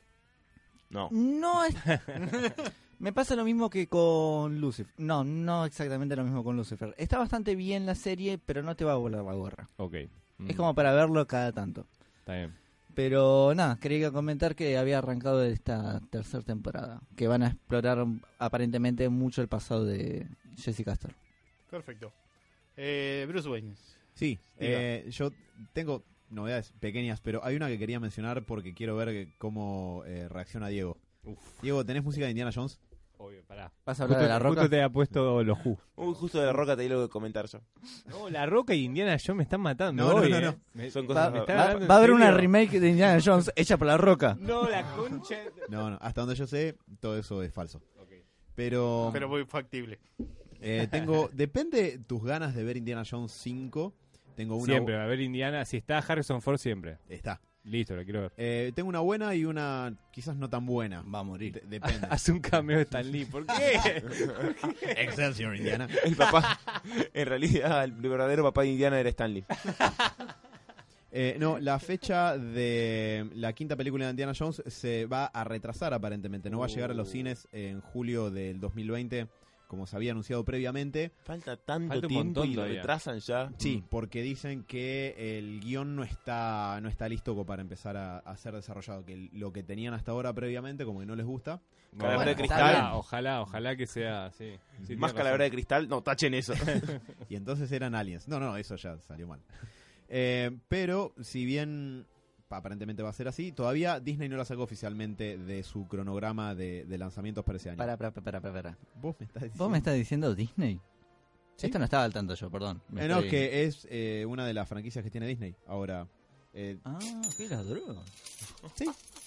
Speaker 6: No.
Speaker 4: No es. <laughs> Me pasa lo mismo que con Lucifer. No, no exactamente lo mismo con Lucifer. Está bastante bien la serie, pero no te va a volar la gorra.
Speaker 5: Ok. Mm,
Speaker 4: Es como para verlo cada tanto.
Speaker 5: Está bien.
Speaker 4: Pero nada, quería comentar que había arrancado esta tercera temporada, que van a explorar aparentemente mucho el pasado de Jessica Castor.
Speaker 3: Perfecto. Eh, Bruce Wayne.
Speaker 1: Sí,
Speaker 3: Diga.
Speaker 1: eh, yo tengo novedades pequeñas, pero hay una que quería mencionar porque quiero ver que- cómo eh, reacciona Diego. Diego, ¿tenés música de Indiana Jones?
Speaker 5: Obvio, pará.
Speaker 4: ¿Vas a hablar de la
Speaker 5: Justo-
Speaker 4: roca?
Speaker 5: Justo te ha puesto los Who.
Speaker 6: Uy, justo de la roca te digo que comentar yo.
Speaker 5: No, la roca y Indiana Jones me están matando.
Speaker 1: No, no,
Speaker 5: hoy,
Speaker 1: no,
Speaker 5: eh.
Speaker 1: no.
Speaker 5: Me-
Speaker 6: Son
Speaker 4: Va,
Speaker 6: cosas.
Speaker 5: me está-
Speaker 4: va-
Speaker 5: hablando en
Speaker 4: va a haber una
Speaker 5: serio?
Speaker 4: remake de Indiana Jones hecha por la roca.
Speaker 5: No, la concha. de-
Speaker 1: No, no, hasta donde yo sé, todo eso es falso. Pero,
Speaker 3: Pero muy factible.
Speaker 1: eh, tengo, depende tus ganas de ver Indiana Jones 5. Tengo una.
Speaker 5: Siempre, a ver Indiana. Si está Harrison Ford, siempre.
Speaker 1: Está.
Speaker 5: Listo, lo quiero ver.
Speaker 1: Eh, tengo una buena y una quizás no tan buena.
Speaker 4: Va a morir.
Speaker 1: De- depende.
Speaker 5: <laughs> Hace un cameo de Stan Lee. ¿Por qué?
Speaker 1: Excelsior, Indiana.
Speaker 6: <laughs> El papá. En realidad, el verdadero papá de Indiana era Stanley.
Speaker 1: Eh, no, la fecha de la quinta película de Indiana Jones se va a retrasar aparentemente. No va a llegar
Speaker 4: Oh.
Speaker 1: a los cines en julio del 2020, como se había anunciado previamente.
Speaker 6: Falta tanto
Speaker 5: Falta un
Speaker 6: tiempo
Speaker 5: montón
Speaker 6: y lo
Speaker 5: todavía.
Speaker 6: retrasan ya.
Speaker 1: Mm, Sí, porque dicen que el guión no está, no está listo como para empezar a, a ser desarrollado. Que lo que tenían hasta ahora previamente, como que no les gusta.
Speaker 6: Calavera
Speaker 5: Bueno,
Speaker 6: de
Speaker 4: cristal.
Speaker 5: Ojalá, ojalá, ojalá que sea así.
Speaker 6: Más calavera de cristal, no, tachen eso.
Speaker 1: Y entonces eran aliens. No, no, eso ya salió mal. Eh, pero, si bien aparentemente va a ser así, todavía Disney no la sacó oficialmente de su cronograma de, de lanzamientos para ese año.
Speaker 4: Para, para, para, para, para.
Speaker 1: Vos me estás diciendo.
Speaker 4: ¿Vos me estás diciendo Disney?
Speaker 1: Sí.
Speaker 4: Esto no estaba al tanto yo, perdón. Me
Speaker 1: Eh, no,
Speaker 4: estoy-
Speaker 1: que es eh, una de las franquicias que tiene Disney. Ahora, eh,
Speaker 4: Ah, qué ladrón.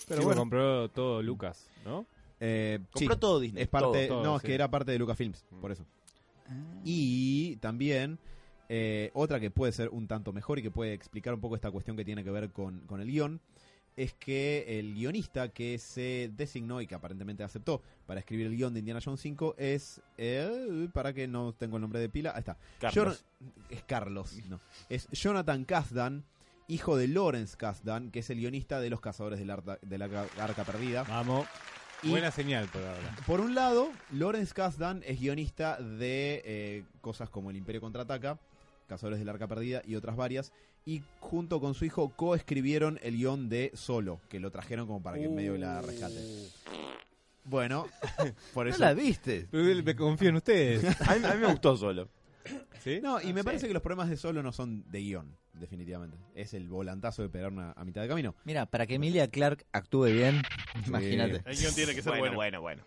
Speaker 5: Pero
Speaker 1: bueno.
Speaker 5: compró todo Lucas, ¿no?
Speaker 1: eh, sí,
Speaker 6: Compró todo Disney.
Speaker 1: es parte,
Speaker 5: todo, todo,
Speaker 1: no, es
Speaker 5: sí.
Speaker 1: que era parte de Lucasfilms, por eso. Ah. Y también eh, otra que puede ser un tanto mejor y que puede explicar un poco esta cuestión que tiene que ver con, con el guión, es que el guionista que se designó y que aparentemente aceptó para escribir el guión de Indiana Jones 5 es, eh, para que no tengo el nombre de pila, ahí está,
Speaker 6: Carlos.
Speaker 1: Jon- es Carlos, no. Es Jonathan Kasdan, hijo de Lawrence Kasdan, que es el guionista de Los Cazadores del Arta- de la Arca, Arca Perdida.
Speaker 5: Vamos.
Speaker 1: Y-
Speaker 5: Buena señal por ahora.
Speaker 1: Por un lado, Lawrence Kasdan es guionista de eh, cosas como El Imperio Contraataca, Cazadores del Arca Perdida y otras varias. Y junto con su hijo coescribieron el guión de Solo, que lo trajeron como para que en medio la rescate. Bueno, <laughs> por
Speaker 4: Uh. ¿No
Speaker 1: eso...
Speaker 4: la viste?
Speaker 5: Pero me confío en <laughs> ustedes.
Speaker 6: A mí, a mí me gustó solo.
Speaker 5: ¿Sí?
Speaker 1: No, y me parece que los problemas de Solo no son de guión, definitivamente. Es el volantazo de pegar una, a mitad de camino.
Speaker 4: Mira, para que Emilia Clark actúe bien, imagínate.
Speaker 3: El guión tiene que ser
Speaker 6: Bueno,
Speaker 3: bueno.
Speaker 6: bueno, bueno.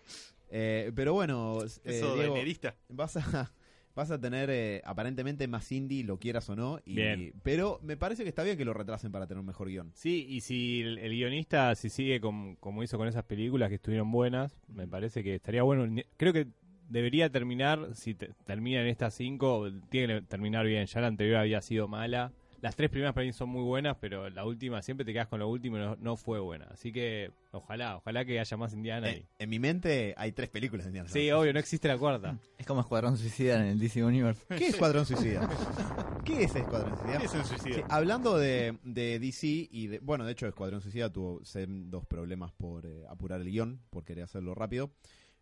Speaker 1: Eh, pero bueno, eh,
Speaker 3: Eso de
Speaker 1: Diego,
Speaker 3: nerista.
Speaker 1: vas a <laughs> vas a tener eh, aparentemente más indie, lo quieras o no. Y,
Speaker 5: Bien.
Speaker 1: Pero me parece que está bien que lo retrasen para tener un mejor guión.
Speaker 5: Sí, y si el, el guionista si sigue com- como hizo con esas películas que estuvieron buenas, me parece que estaría bueno. Ni- Creo que debería terminar, si te- termina en estas cinco, tiene que terminar bien. Ya la anterior había sido mala. Las tres primeras para mí son muy buenas, pero la última, siempre te quedas con lo último y no, no fue buena. Así que ojalá, ojalá que haya más Indiana ahí.
Speaker 1: Eh, en mi mente hay tres películas de Indiana
Speaker 5: Sí,
Speaker 1: Jones.
Speaker 5: obvio, no existe la cuarta.
Speaker 4: Es como Escuadrón Suicida en el DC Universe.
Speaker 1: ¿Qué es Escuadrón Suicida? <laughs> ¿Qué es Escuadrón Suicida?
Speaker 3: Es un suicidio.
Speaker 1: Sí, hablando de, de DC y de. Bueno, de hecho, Escuadrón Suicida tuvo dos problemas por eh, apurar el guión, por querer hacerlo rápido.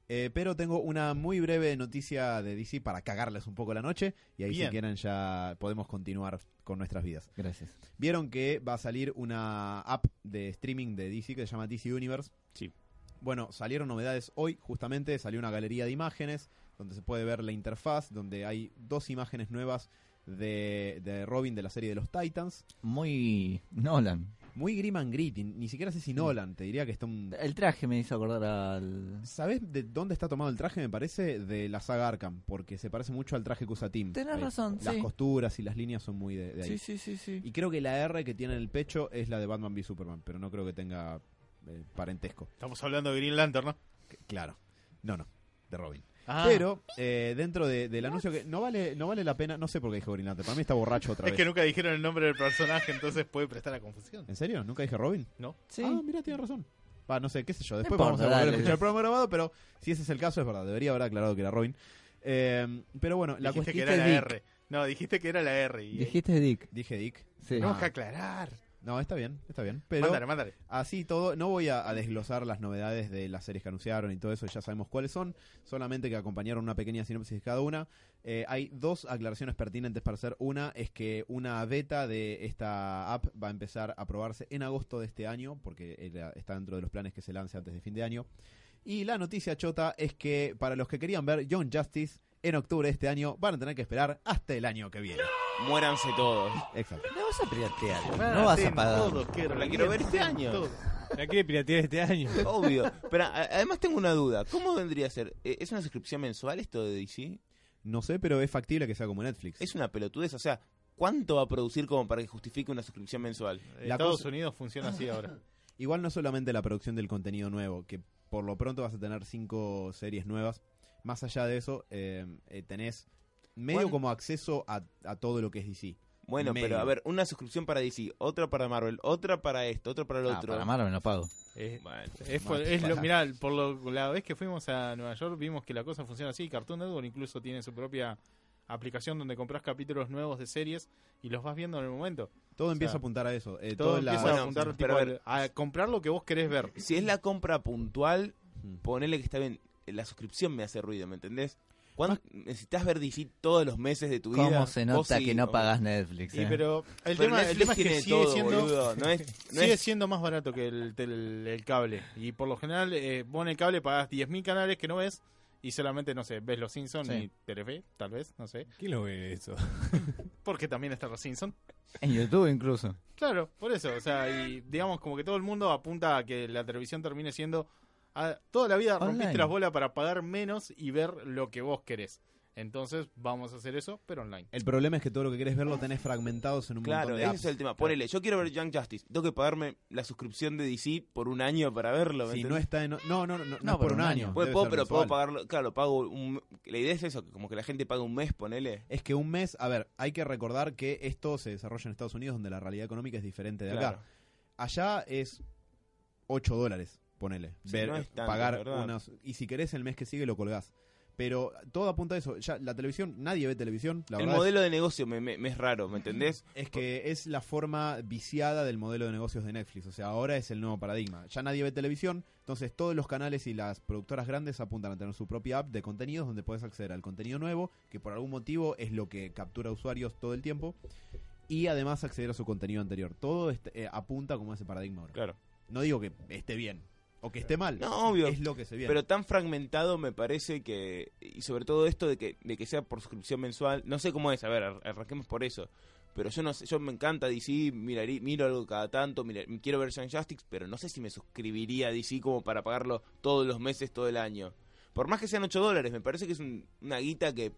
Speaker 1: Eh, pero tengo una muy breve noticia de DC para cagarles un poco la noche. Y ahí,
Speaker 3: Bien.
Speaker 1: si quieren, ya podemos continuar con nuestras vidas.
Speaker 4: Gracias.
Speaker 1: Vieron que va a salir una app de streaming de DC que se llama DC Universe.
Speaker 5: Sí.
Speaker 1: Bueno, salieron novedades hoy, justamente salió una galería de imágenes donde se puede ver la interfaz, donde hay dos imágenes nuevas de, de Robin de la serie de los Titans.
Speaker 4: Muy Nolan.
Speaker 1: Muy grim and gritty, ni siquiera sé si Nolan, te diría que está un...
Speaker 4: El traje me hizo acordar al...
Speaker 1: ¿Sabes de dónde está tomado el traje? Me parece de la saga Arkham, porque se parece mucho al traje que usa Tim.
Speaker 4: Tenés
Speaker 1: Ahí.
Speaker 4: razón,
Speaker 1: Las
Speaker 4: sí.
Speaker 1: costuras y las líneas son muy de, de ahí.
Speaker 4: Sí, sí, sí, sí.
Speaker 1: Y creo que la R que tiene en el pecho es la de Batman v Superman, pero no creo que tenga eh, parentesco.
Speaker 3: Estamos hablando de Green Lantern, ¿no?
Speaker 1: C- Claro. No, no, de Robin.
Speaker 3: Ah,
Speaker 1: Pero eh, dentro de- del anuncio que no vale no vale la pena, no sé por qué dije Green Lantern, para mí está borracho otra
Speaker 3: <laughs> es
Speaker 1: vez.
Speaker 3: que nunca dijeron el nombre del personaje, entonces puede prestar a confusión.
Speaker 1: ¿En serio? ¿Nunca dije Robin?
Speaker 4: Sí.
Speaker 1: Ah, mira, tiene razón. Va, no sé, qué sé yo. Después
Speaker 4: importa,
Speaker 1: vamos a volver
Speaker 4: dale.
Speaker 1: a escuchar el programa grabado, pero si ese es el caso, es verdad. Debería haber aclarado que era Robin. Eh, pero bueno, la
Speaker 3: dijiste
Speaker 1: cuestión.
Speaker 3: que era la
Speaker 4: Dick.
Speaker 3: R. No, dijiste que era la R. Y,
Speaker 4: Dijiste Dick.
Speaker 1: Dije Dick.
Speaker 4: Sí.
Speaker 6: Ah.
Speaker 3: Tenemos que aclarar.
Speaker 1: No, está bien, está bien. Pero
Speaker 3: mándale, mándale.
Speaker 1: así todo, no voy a, a desglosar las novedades de las series que anunciaron y todo eso, ya sabemos cuáles son. Solamente que acompañaron una pequeña sinopsis de cada una. Eh, hay dos aclaraciones pertinentes para hacer. Una es que una beta de esta app va a empezar a probarse en agosto de este año, porque era- está dentro de los planes que se lance antes de fin de año. Y la noticia chota es que para los que querían ver John Justice en octubre de este año, van a tener que esperar hasta el año que viene.
Speaker 6: Muéranse todos.
Speaker 1: Exacto.
Speaker 4: No vas a piratear. No vas a pagar.
Speaker 3: Ah, Todo, qué
Speaker 6: Pero la quiero ver
Speaker 3: relieve.
Speaker 6: este año.
Speaker 3: Todo.
Speaker 5: La quiere piratear este año.
Speaker 6: Obvio. Pero a- además tengo una duda. ¿Cómo vendría a ser? Eh, ¿Es una suscripción mensual esto de DC?
Speaker 1: No sé, pero es factible que sea como Netflix.
Speaker 6: Es una pelotudez. O sea, ¿cuánto va a producir como para que justifique una suscripción mensual?
Speaker 1: La
Speaker 3: Estados
Speaker 1: cosa-
Speaker 3: Unidos funciona así
Speaker 6: <laughs>
Speaker 3: ahora.
Speaker 1: Igual no solamente la producción del contenido nuevo, que por lo pronto vas a tener cinco series nuevas. Más allá de eso, eh, eh, tenés medio
Speaker 6: ¿Cuál?
Speaker 1: como acceso a, a todo lo que es DC.
Speaker 6: Bueno,
Speaker 1: Medio.
Speaker 6: pero a ver, una suscripción para DC, otra para Marvel, otra para esto, otra para el
Speaker 4: Ah,
Speaker 6: otro.
Speaker 4: para Marvel lo pago.
Speaker 3: Es,
Speaker 6: Bueno,
Speaker 3: es por, es lo, mirá, por lo- la vez que fuimos a Nueva York vimos que la cosa funciona así. Cartoon Network incluso tiene su propia aplicación donde compras capítulos nuevos de series y los vas viendo en el momento.
Speaker 1: Todo
Speaker 3: O
Speaker 1: empieza
Speaker 3: sea,
Speaker 1: a apuntar a eso. eh,
Speaker 3: Todo
Speaker 1: toda la-
Speaker 3: empieza
Speaker 6: Bueno,
Speaker 3: a apuntar
Speaker 6: pero
Speaker 3: tipo,
Speaker 6: a ver.
Speaker 3: a comprar lo que vos querés ver.
Speaker 6: Si es la compra puntual,
Speaker 1: Mm.
Speaker 6: ponele que está bien. La suscripción me hace ruido, ¿me entendés?
Speaker 1: Ah.
Speaker 6: Cuando necesitas ver DC todos los meses de tu vida.
Speaker 4: ¿Cómo se
Speaker 6: Vos
Speaker 4: nota
Speaker 6: sí,
Speaker 4: que no
Speaker 6: o-
Speaker 4: pagas Netflix?
Speaker 3: Y
Speaker 4: eh?
Speaker 3: pero el
Speaker 6: Pero
Speaker 3: tema, el
Speaker 6: Netflix
Speaker 3: tema es que
Speaker 6: tiene
Speaker 3: sigue
Speaker 6: todo,
Speaker 3: siendo,
Speaker 6: boludo, <laughs> No es, no
Speaker 3: sigue
Speaker 6: es-
Speaker 3: siendo más barato que el, tel- el cable. Y por lo general, eh, vos en el cable pagás 10.000 canales que no ves y solamente, no sé, ves Los Simpsons
Speaker 4: Sí.
Speaker 3: y Telefe, tal vez, no sé.
Speaker 5: ¿Quién lo ve eso?
Speaker 3: Porque también está Los Simpsons.
Speaker 4: En YouTube incluso.
Speaker 3: Claro, por eso. O sea, y digamos como que todo el mundo apunta a que la televisión termine siendo... ah, toda la vida rompiste
Speaker 4: Online.
Speaker 3: las bolas para pagar menos y ver lo que vos querés. Entonces vamos a hacer eso, pero online.
Speaker 1: El problema es que todo lo que querés ver lo tenés fragmentados en un
Speaker 6: Claro,
Speaker 1: montón de
Speaker 6: ese
Speaker 1: apps.
Speaker 6: es el tema. Ponele, yo quiero ver Young Justice. Tengo que pagarme la suscripción de DC por un año para verlo. ¿me
Speaker 1: Si no
Speaker 6: entendés?
Speaker 1: está en- no, no, no, no, no es por un año.
Speaker 6: Puedo-
Speaker 1: debe
Speaker 6: puedo,
Speaker 1: ser
Speaker 6: pero puedo
Speaker 1: mensual.
Speaker 6: pagarlo. Claro, pago un. La idea es eso, que como que la gente paga un mes, ponele.
Speaker 1: Es que un mes, a ver, hay que recordar que esto se desarrolla en Estados Unidos, donde la realidad económica es diferente de
Speaker 6: Claro.
Speaker 1: acá. Allá es 8 dólares, ponele.
Speaker 6: Sí,
Speaker 1: Ver-
Speaker 6: no es tanto, la
Speaker 1: pagar
Speaker 6: verdad.
Speaker 1: unas. Y si querés, el mes que sigue lo colgás. Pero todo apunta a eso. Ya, la televisión, nadie ve televisión. La
Speaker 6: El
Speaker 1: verdad
Speaker 6: modelo de negocio me, me- me es raro, ¿me entendés?
Speaker 1: es, es que es la forma viciada del modelo de negocios de Netflix. O sea, ahora es el nuevo paradigma. Ya nadie ve televisión, entonces todos los canales y las productoras grandes apuntan a tener su propia app de contenidos donde puedes acceder al contenido nuevo, que por algún motivo es lo que captura usuarios todo el tiempo, y además acceder a su contenido anterior. Todo este- eh, apunta como a ese paradigma ahora.
Speaker 6: Claro.
Speaker 1: No digo que esté bien o que esté mal.
Speaker 6: No, obvio.
Speaker 1: Es lo que se viene.
Speaker 6: Pero tan fragmentado me parece que. Y sobre todo esto de que, de que sea por suscripción mensual. No sé cómo es, a ver, ar- arranquemos por eso. Pero yo no sé, yo me encanta DC, mirarí- miro algo cada tanto, mira- quiero ver Young Justice, pero no sé si me suscribiría a DC como para pagarlo todos los meses, todo el año. Por más que sean 8 dólares, me parece que es un- una guita que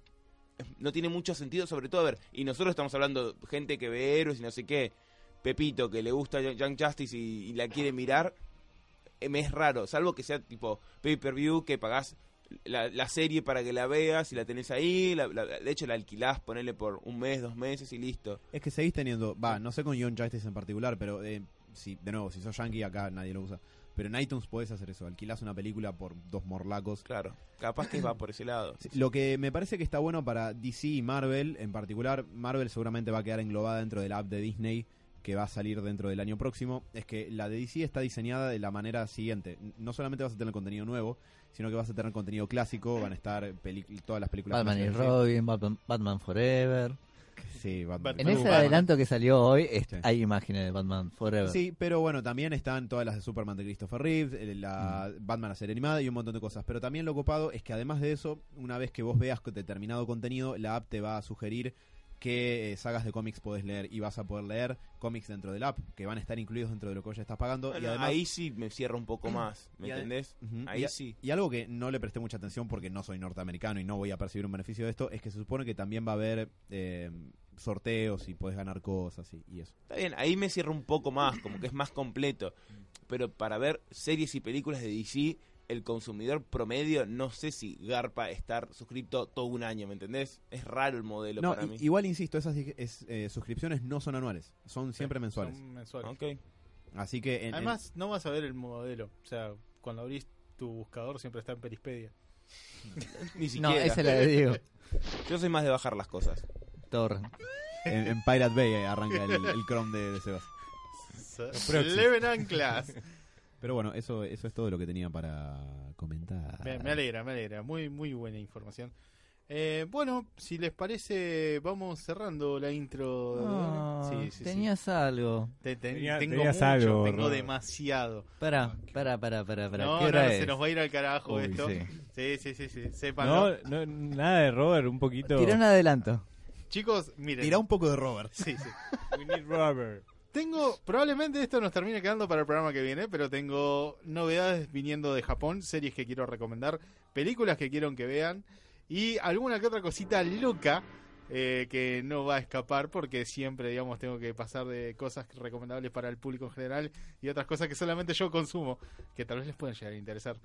Speaker 6: no tiene mucho sentido, sobre todo, a ver, y nosotros estamos hablando de gente que ve héroes y no sé qué, Pepito, que le gusta Young Justice y, y la quiere mirar, eh, me es raro, salvo que sea tipo pay-per-view, que pagás la, la serie para que la veas y la tenés ahí, la- la- de hecho la alquilás, ponele por un mes, dos meses y listo.
Speaker 1: Es que seguís teniendo, va, no sé con Young Justice en particular, pero eh, si, de nuevo, si sos yankee acá nadie lo usa. Pero en iTunes podés hacer eso, alquilás una película por dos morlacos.
Speaker 6: Claro, capaz que va por ese
Speaker 1: <clears throat>
Speaker 6: lado.
Speaker 1: Sí, Lo que me parece que está bueno para DC y Marvel en particular, Marvel seguramente va a quedar englobada dentro de la app de Disney que va a salir dentro del año próximo, es que la de DC está diseñada de la manera siguiente. N- No solamente vas a tener contenido nuevo, sino que vas a tener contenido
Speaker 6: Mm.
Speaker 1: clásico, van a estar peli- todas las películas.
Speaker 4: Batman y
Speaker 1: clásicas de DC.
Speaker 4: Robin, Batman, Batman Forever.
Speaker 1: Sí, Batman.
Speaker 4: En
Speaker 3: Batman.
Speaker 4: ese
Speaker 3: Batman.
Speaker 4: adelanto que salió hoy es-
Speaker 1: Sí.
Speaker 4: hay imágenes de Batman Forever.
Speaker 1: Sí, pero bueno, también están todas las de Superman de Christopher Reeves, el- la Batman la serie animada y un montón de cosas. Pero también lo copado es que además de eso, una vez que vos veas determinado contenido, la app te va a sugerir qué eh, sagas de cómics podés leer y vas a poder leer cómics dentro del app que van a estar incluidos dentro de lo que vos ya estás pagando. y
Speaker 6: Bueno,
Speaker 1: además,
Speaker 6: ahí <clears throat> sí me cierra un poco más, ¿me
Speaker 1: Y ade-
Speaker 6: entendés?
Speaker 1: Ujú,
Speaker 6: Ahí
Speaker 1: y a-
Speaker 6: sí.
Speaker 1: Y algo que no le presté mucha atención porque no soy norteamericano y no voy a percibir un beneficio de esto es que se supone que también va a haber eh, sorteos y podés ganar cosas y, y eso.
Speaker 6: Está bien, ahí me cierra un poco más, como que es más completo. Pero para ver series y películas de DC, el consumidor promedio no sé si garpa estar suscripto todo un año, ¿me entendés? Es raro el modelo
Speaker 1: No,
Speaker 6: para
Speaker 1: i-
Speaker 6: mí.
Speaker 1: igual insisto, esas di- es- eh, suscripciones no son anuales, son siempre mensuales.
Speaker 3: Son mensuales.
Speaker 1: <laughs>
Speaker 6: Ok.
Speaker 1: Así que en- en-
Speaker 3: Además, no vas a ver el modelo. O sea, cuando abrís tu buscador siempre está en Perispedia.
Speaker 6: Ni siquiera.
Speaker 4: No, esa es la de Diego.
Speaker 6: Yo soy más de bajar las cosas.
Speaker 4: Torre.
Speaker 1: en, en Pirate Bay eh, arranca el, el Chrome de, de Sebas.
Speaker 3: Eleven Anclas.
Speaker 1: Pero bueno, eso, eso es todo lo que tenía para comentar.
Speaker 3: <laughs> Me, me alegra, me alegra. Muy, muy buena información. Eh, bueno, si les parece, vamos cerrando la intro. de- Sí, sí, sí.
Speaker 4: Ah, tenías algo.
Speaker 3: Te- te-
Speaker 5: Tenía-
Speaker 3: tengo
Speaker 5: tenías
Speaker 3: mucho,
Speaker 5: algo,
Speaker 3: tengo
Speaker 5: Rodo.
Speaker 3: demasiado.
Speaker 4: Pará, pará, pará, pará. pará.
Speaker 3: No,
Speaker 4: ¿Qué
Speaker 3: no,
Speaker 4: hora
Speaker 3: no,
Speaker 4: es?
Speaker 3: se nos va a ir al carajo
Speaker 4: Uy,
Speaker 3: esto.
Speaker 4: sí.
Speaker 3: Sí, sí, sí, sí. sépanlo.
Speaker 5: No, no, nada de Robert, un poquito.
Speaker 4: Tirá un adelanto.
Speaker 3: Chicos, miren.
Speaker 1: Tirá un poco de Robert.
Speaker 3: Sí, sí.
Speaker 5: We need Robert.
Speaker 3: Tengo, probablemente esto nos termine quedando para el programa que viene, pero tengo novedades viniendo de Japón, series que quiero recomendar, películas que quiero que vean y alguna que otra cosita loca eh, que no va a escapar porque siempre, digamos, tengo que pasar de cosas recomendables para el público en general y otras cosas que solamente yo consumo, que tal vez les pueden llegar a interesar.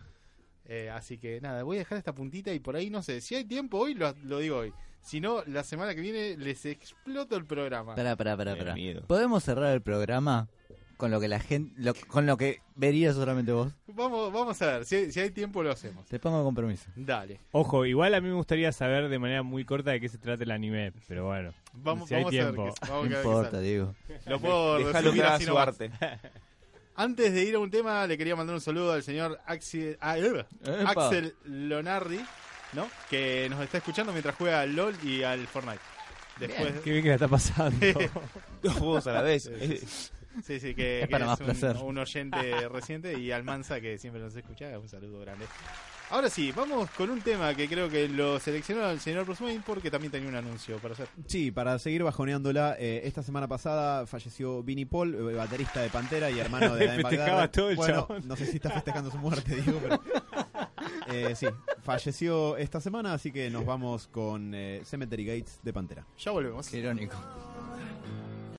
Speaker 3: Eh, así que nada, voy a dejar esta puntita y por ahí no sé, si hay tiempo hoy lo, lo digo hoy, si no, la semana que viene les exploto el programa.
Speaker 4: Pará, pará, pará,
Speaker 6: Me da
Speaker 4: pará.
Speaker 6: miedo.
Speaker 4: ¿Podemos cerrar el programa con lo que la gente, lo- con lo que verías solamente vos?
Speaker 3: Vamos, vamos a ver, si, si hay tiempo lo hacemos.
Speaker 4: Te pongo compromiso.
Speaker 3: Dale,
Speaker 5: Ojo, igual a mí me gustaría saber de manera muy corta de qué se trata el anime, pero bueno.
Speaker 3: vamos,
Speaker 5: Si hay
Speaker 3: vamos a ver.
Speaker 5: tiempo.
Speaker 3: qué-
Speaker 4: No
Speaker 3: vamos a ver qué
Speaker 4: importa,
Speaker 3: sale.
Speaker 4: Diego.
Speaker 3: Lo puedo
Speaker 6: Déjalo
Speaker 3: resumir
Speaker 6: que haga
Speaker 3: así
Speaker 6: su
Speaker 3: nomás.
Speaker 6: arte.
Speaker 3: Antes de ir a un tema, le quería mandar un saludo al señor Axel, ah, eh,
Speaker 4: Epa.
Speaker 3: Axel Lonardi, ¿no? que nos está escuchando mientras juega al LOL y al Fortnite. Después,
Speaker 5: Qué bien que la está pasando.
Speaker 6: Dos juegos a la vez.
Speaker 3: <laughs> sí, sí, que,
Speaker 4: Es
Speaker 3: que
Speaker 4: para más
Speaker 3: un-
Speaker 4: placer.
Speaker 3: un,
Speaker 4: <laughs>
Speaker 3: oyente reciente y al Mansa que siempre nos escucha, un saludo grande. Ahora sí, vamos con un tema que creo que lo seleccionó el señor Bruce Wayne porque también tenía un anuncio para hacer.
Speaker 1: Sí, para seguir bajoneándola, eh, esta semana pasada falleció Vinnie Paul, eh, baterista de Pantera y hermano de Dimebag
Speaker 5: Festejaba
Speaker 1: Darrell.
Speaker 5: todo el
Speaker 1: bueno,
Speaker 5: chabón.
Speaker 1: No sé si está festejando su muerte, digo, pero... Eh, sí, falleció esta semana, así que nos vamos con eh, Cemetery Gates de Pantera.
Speaker 3: Ya volvemos.
Speaker 4: Qué irónico.
Speaker 6: Quiero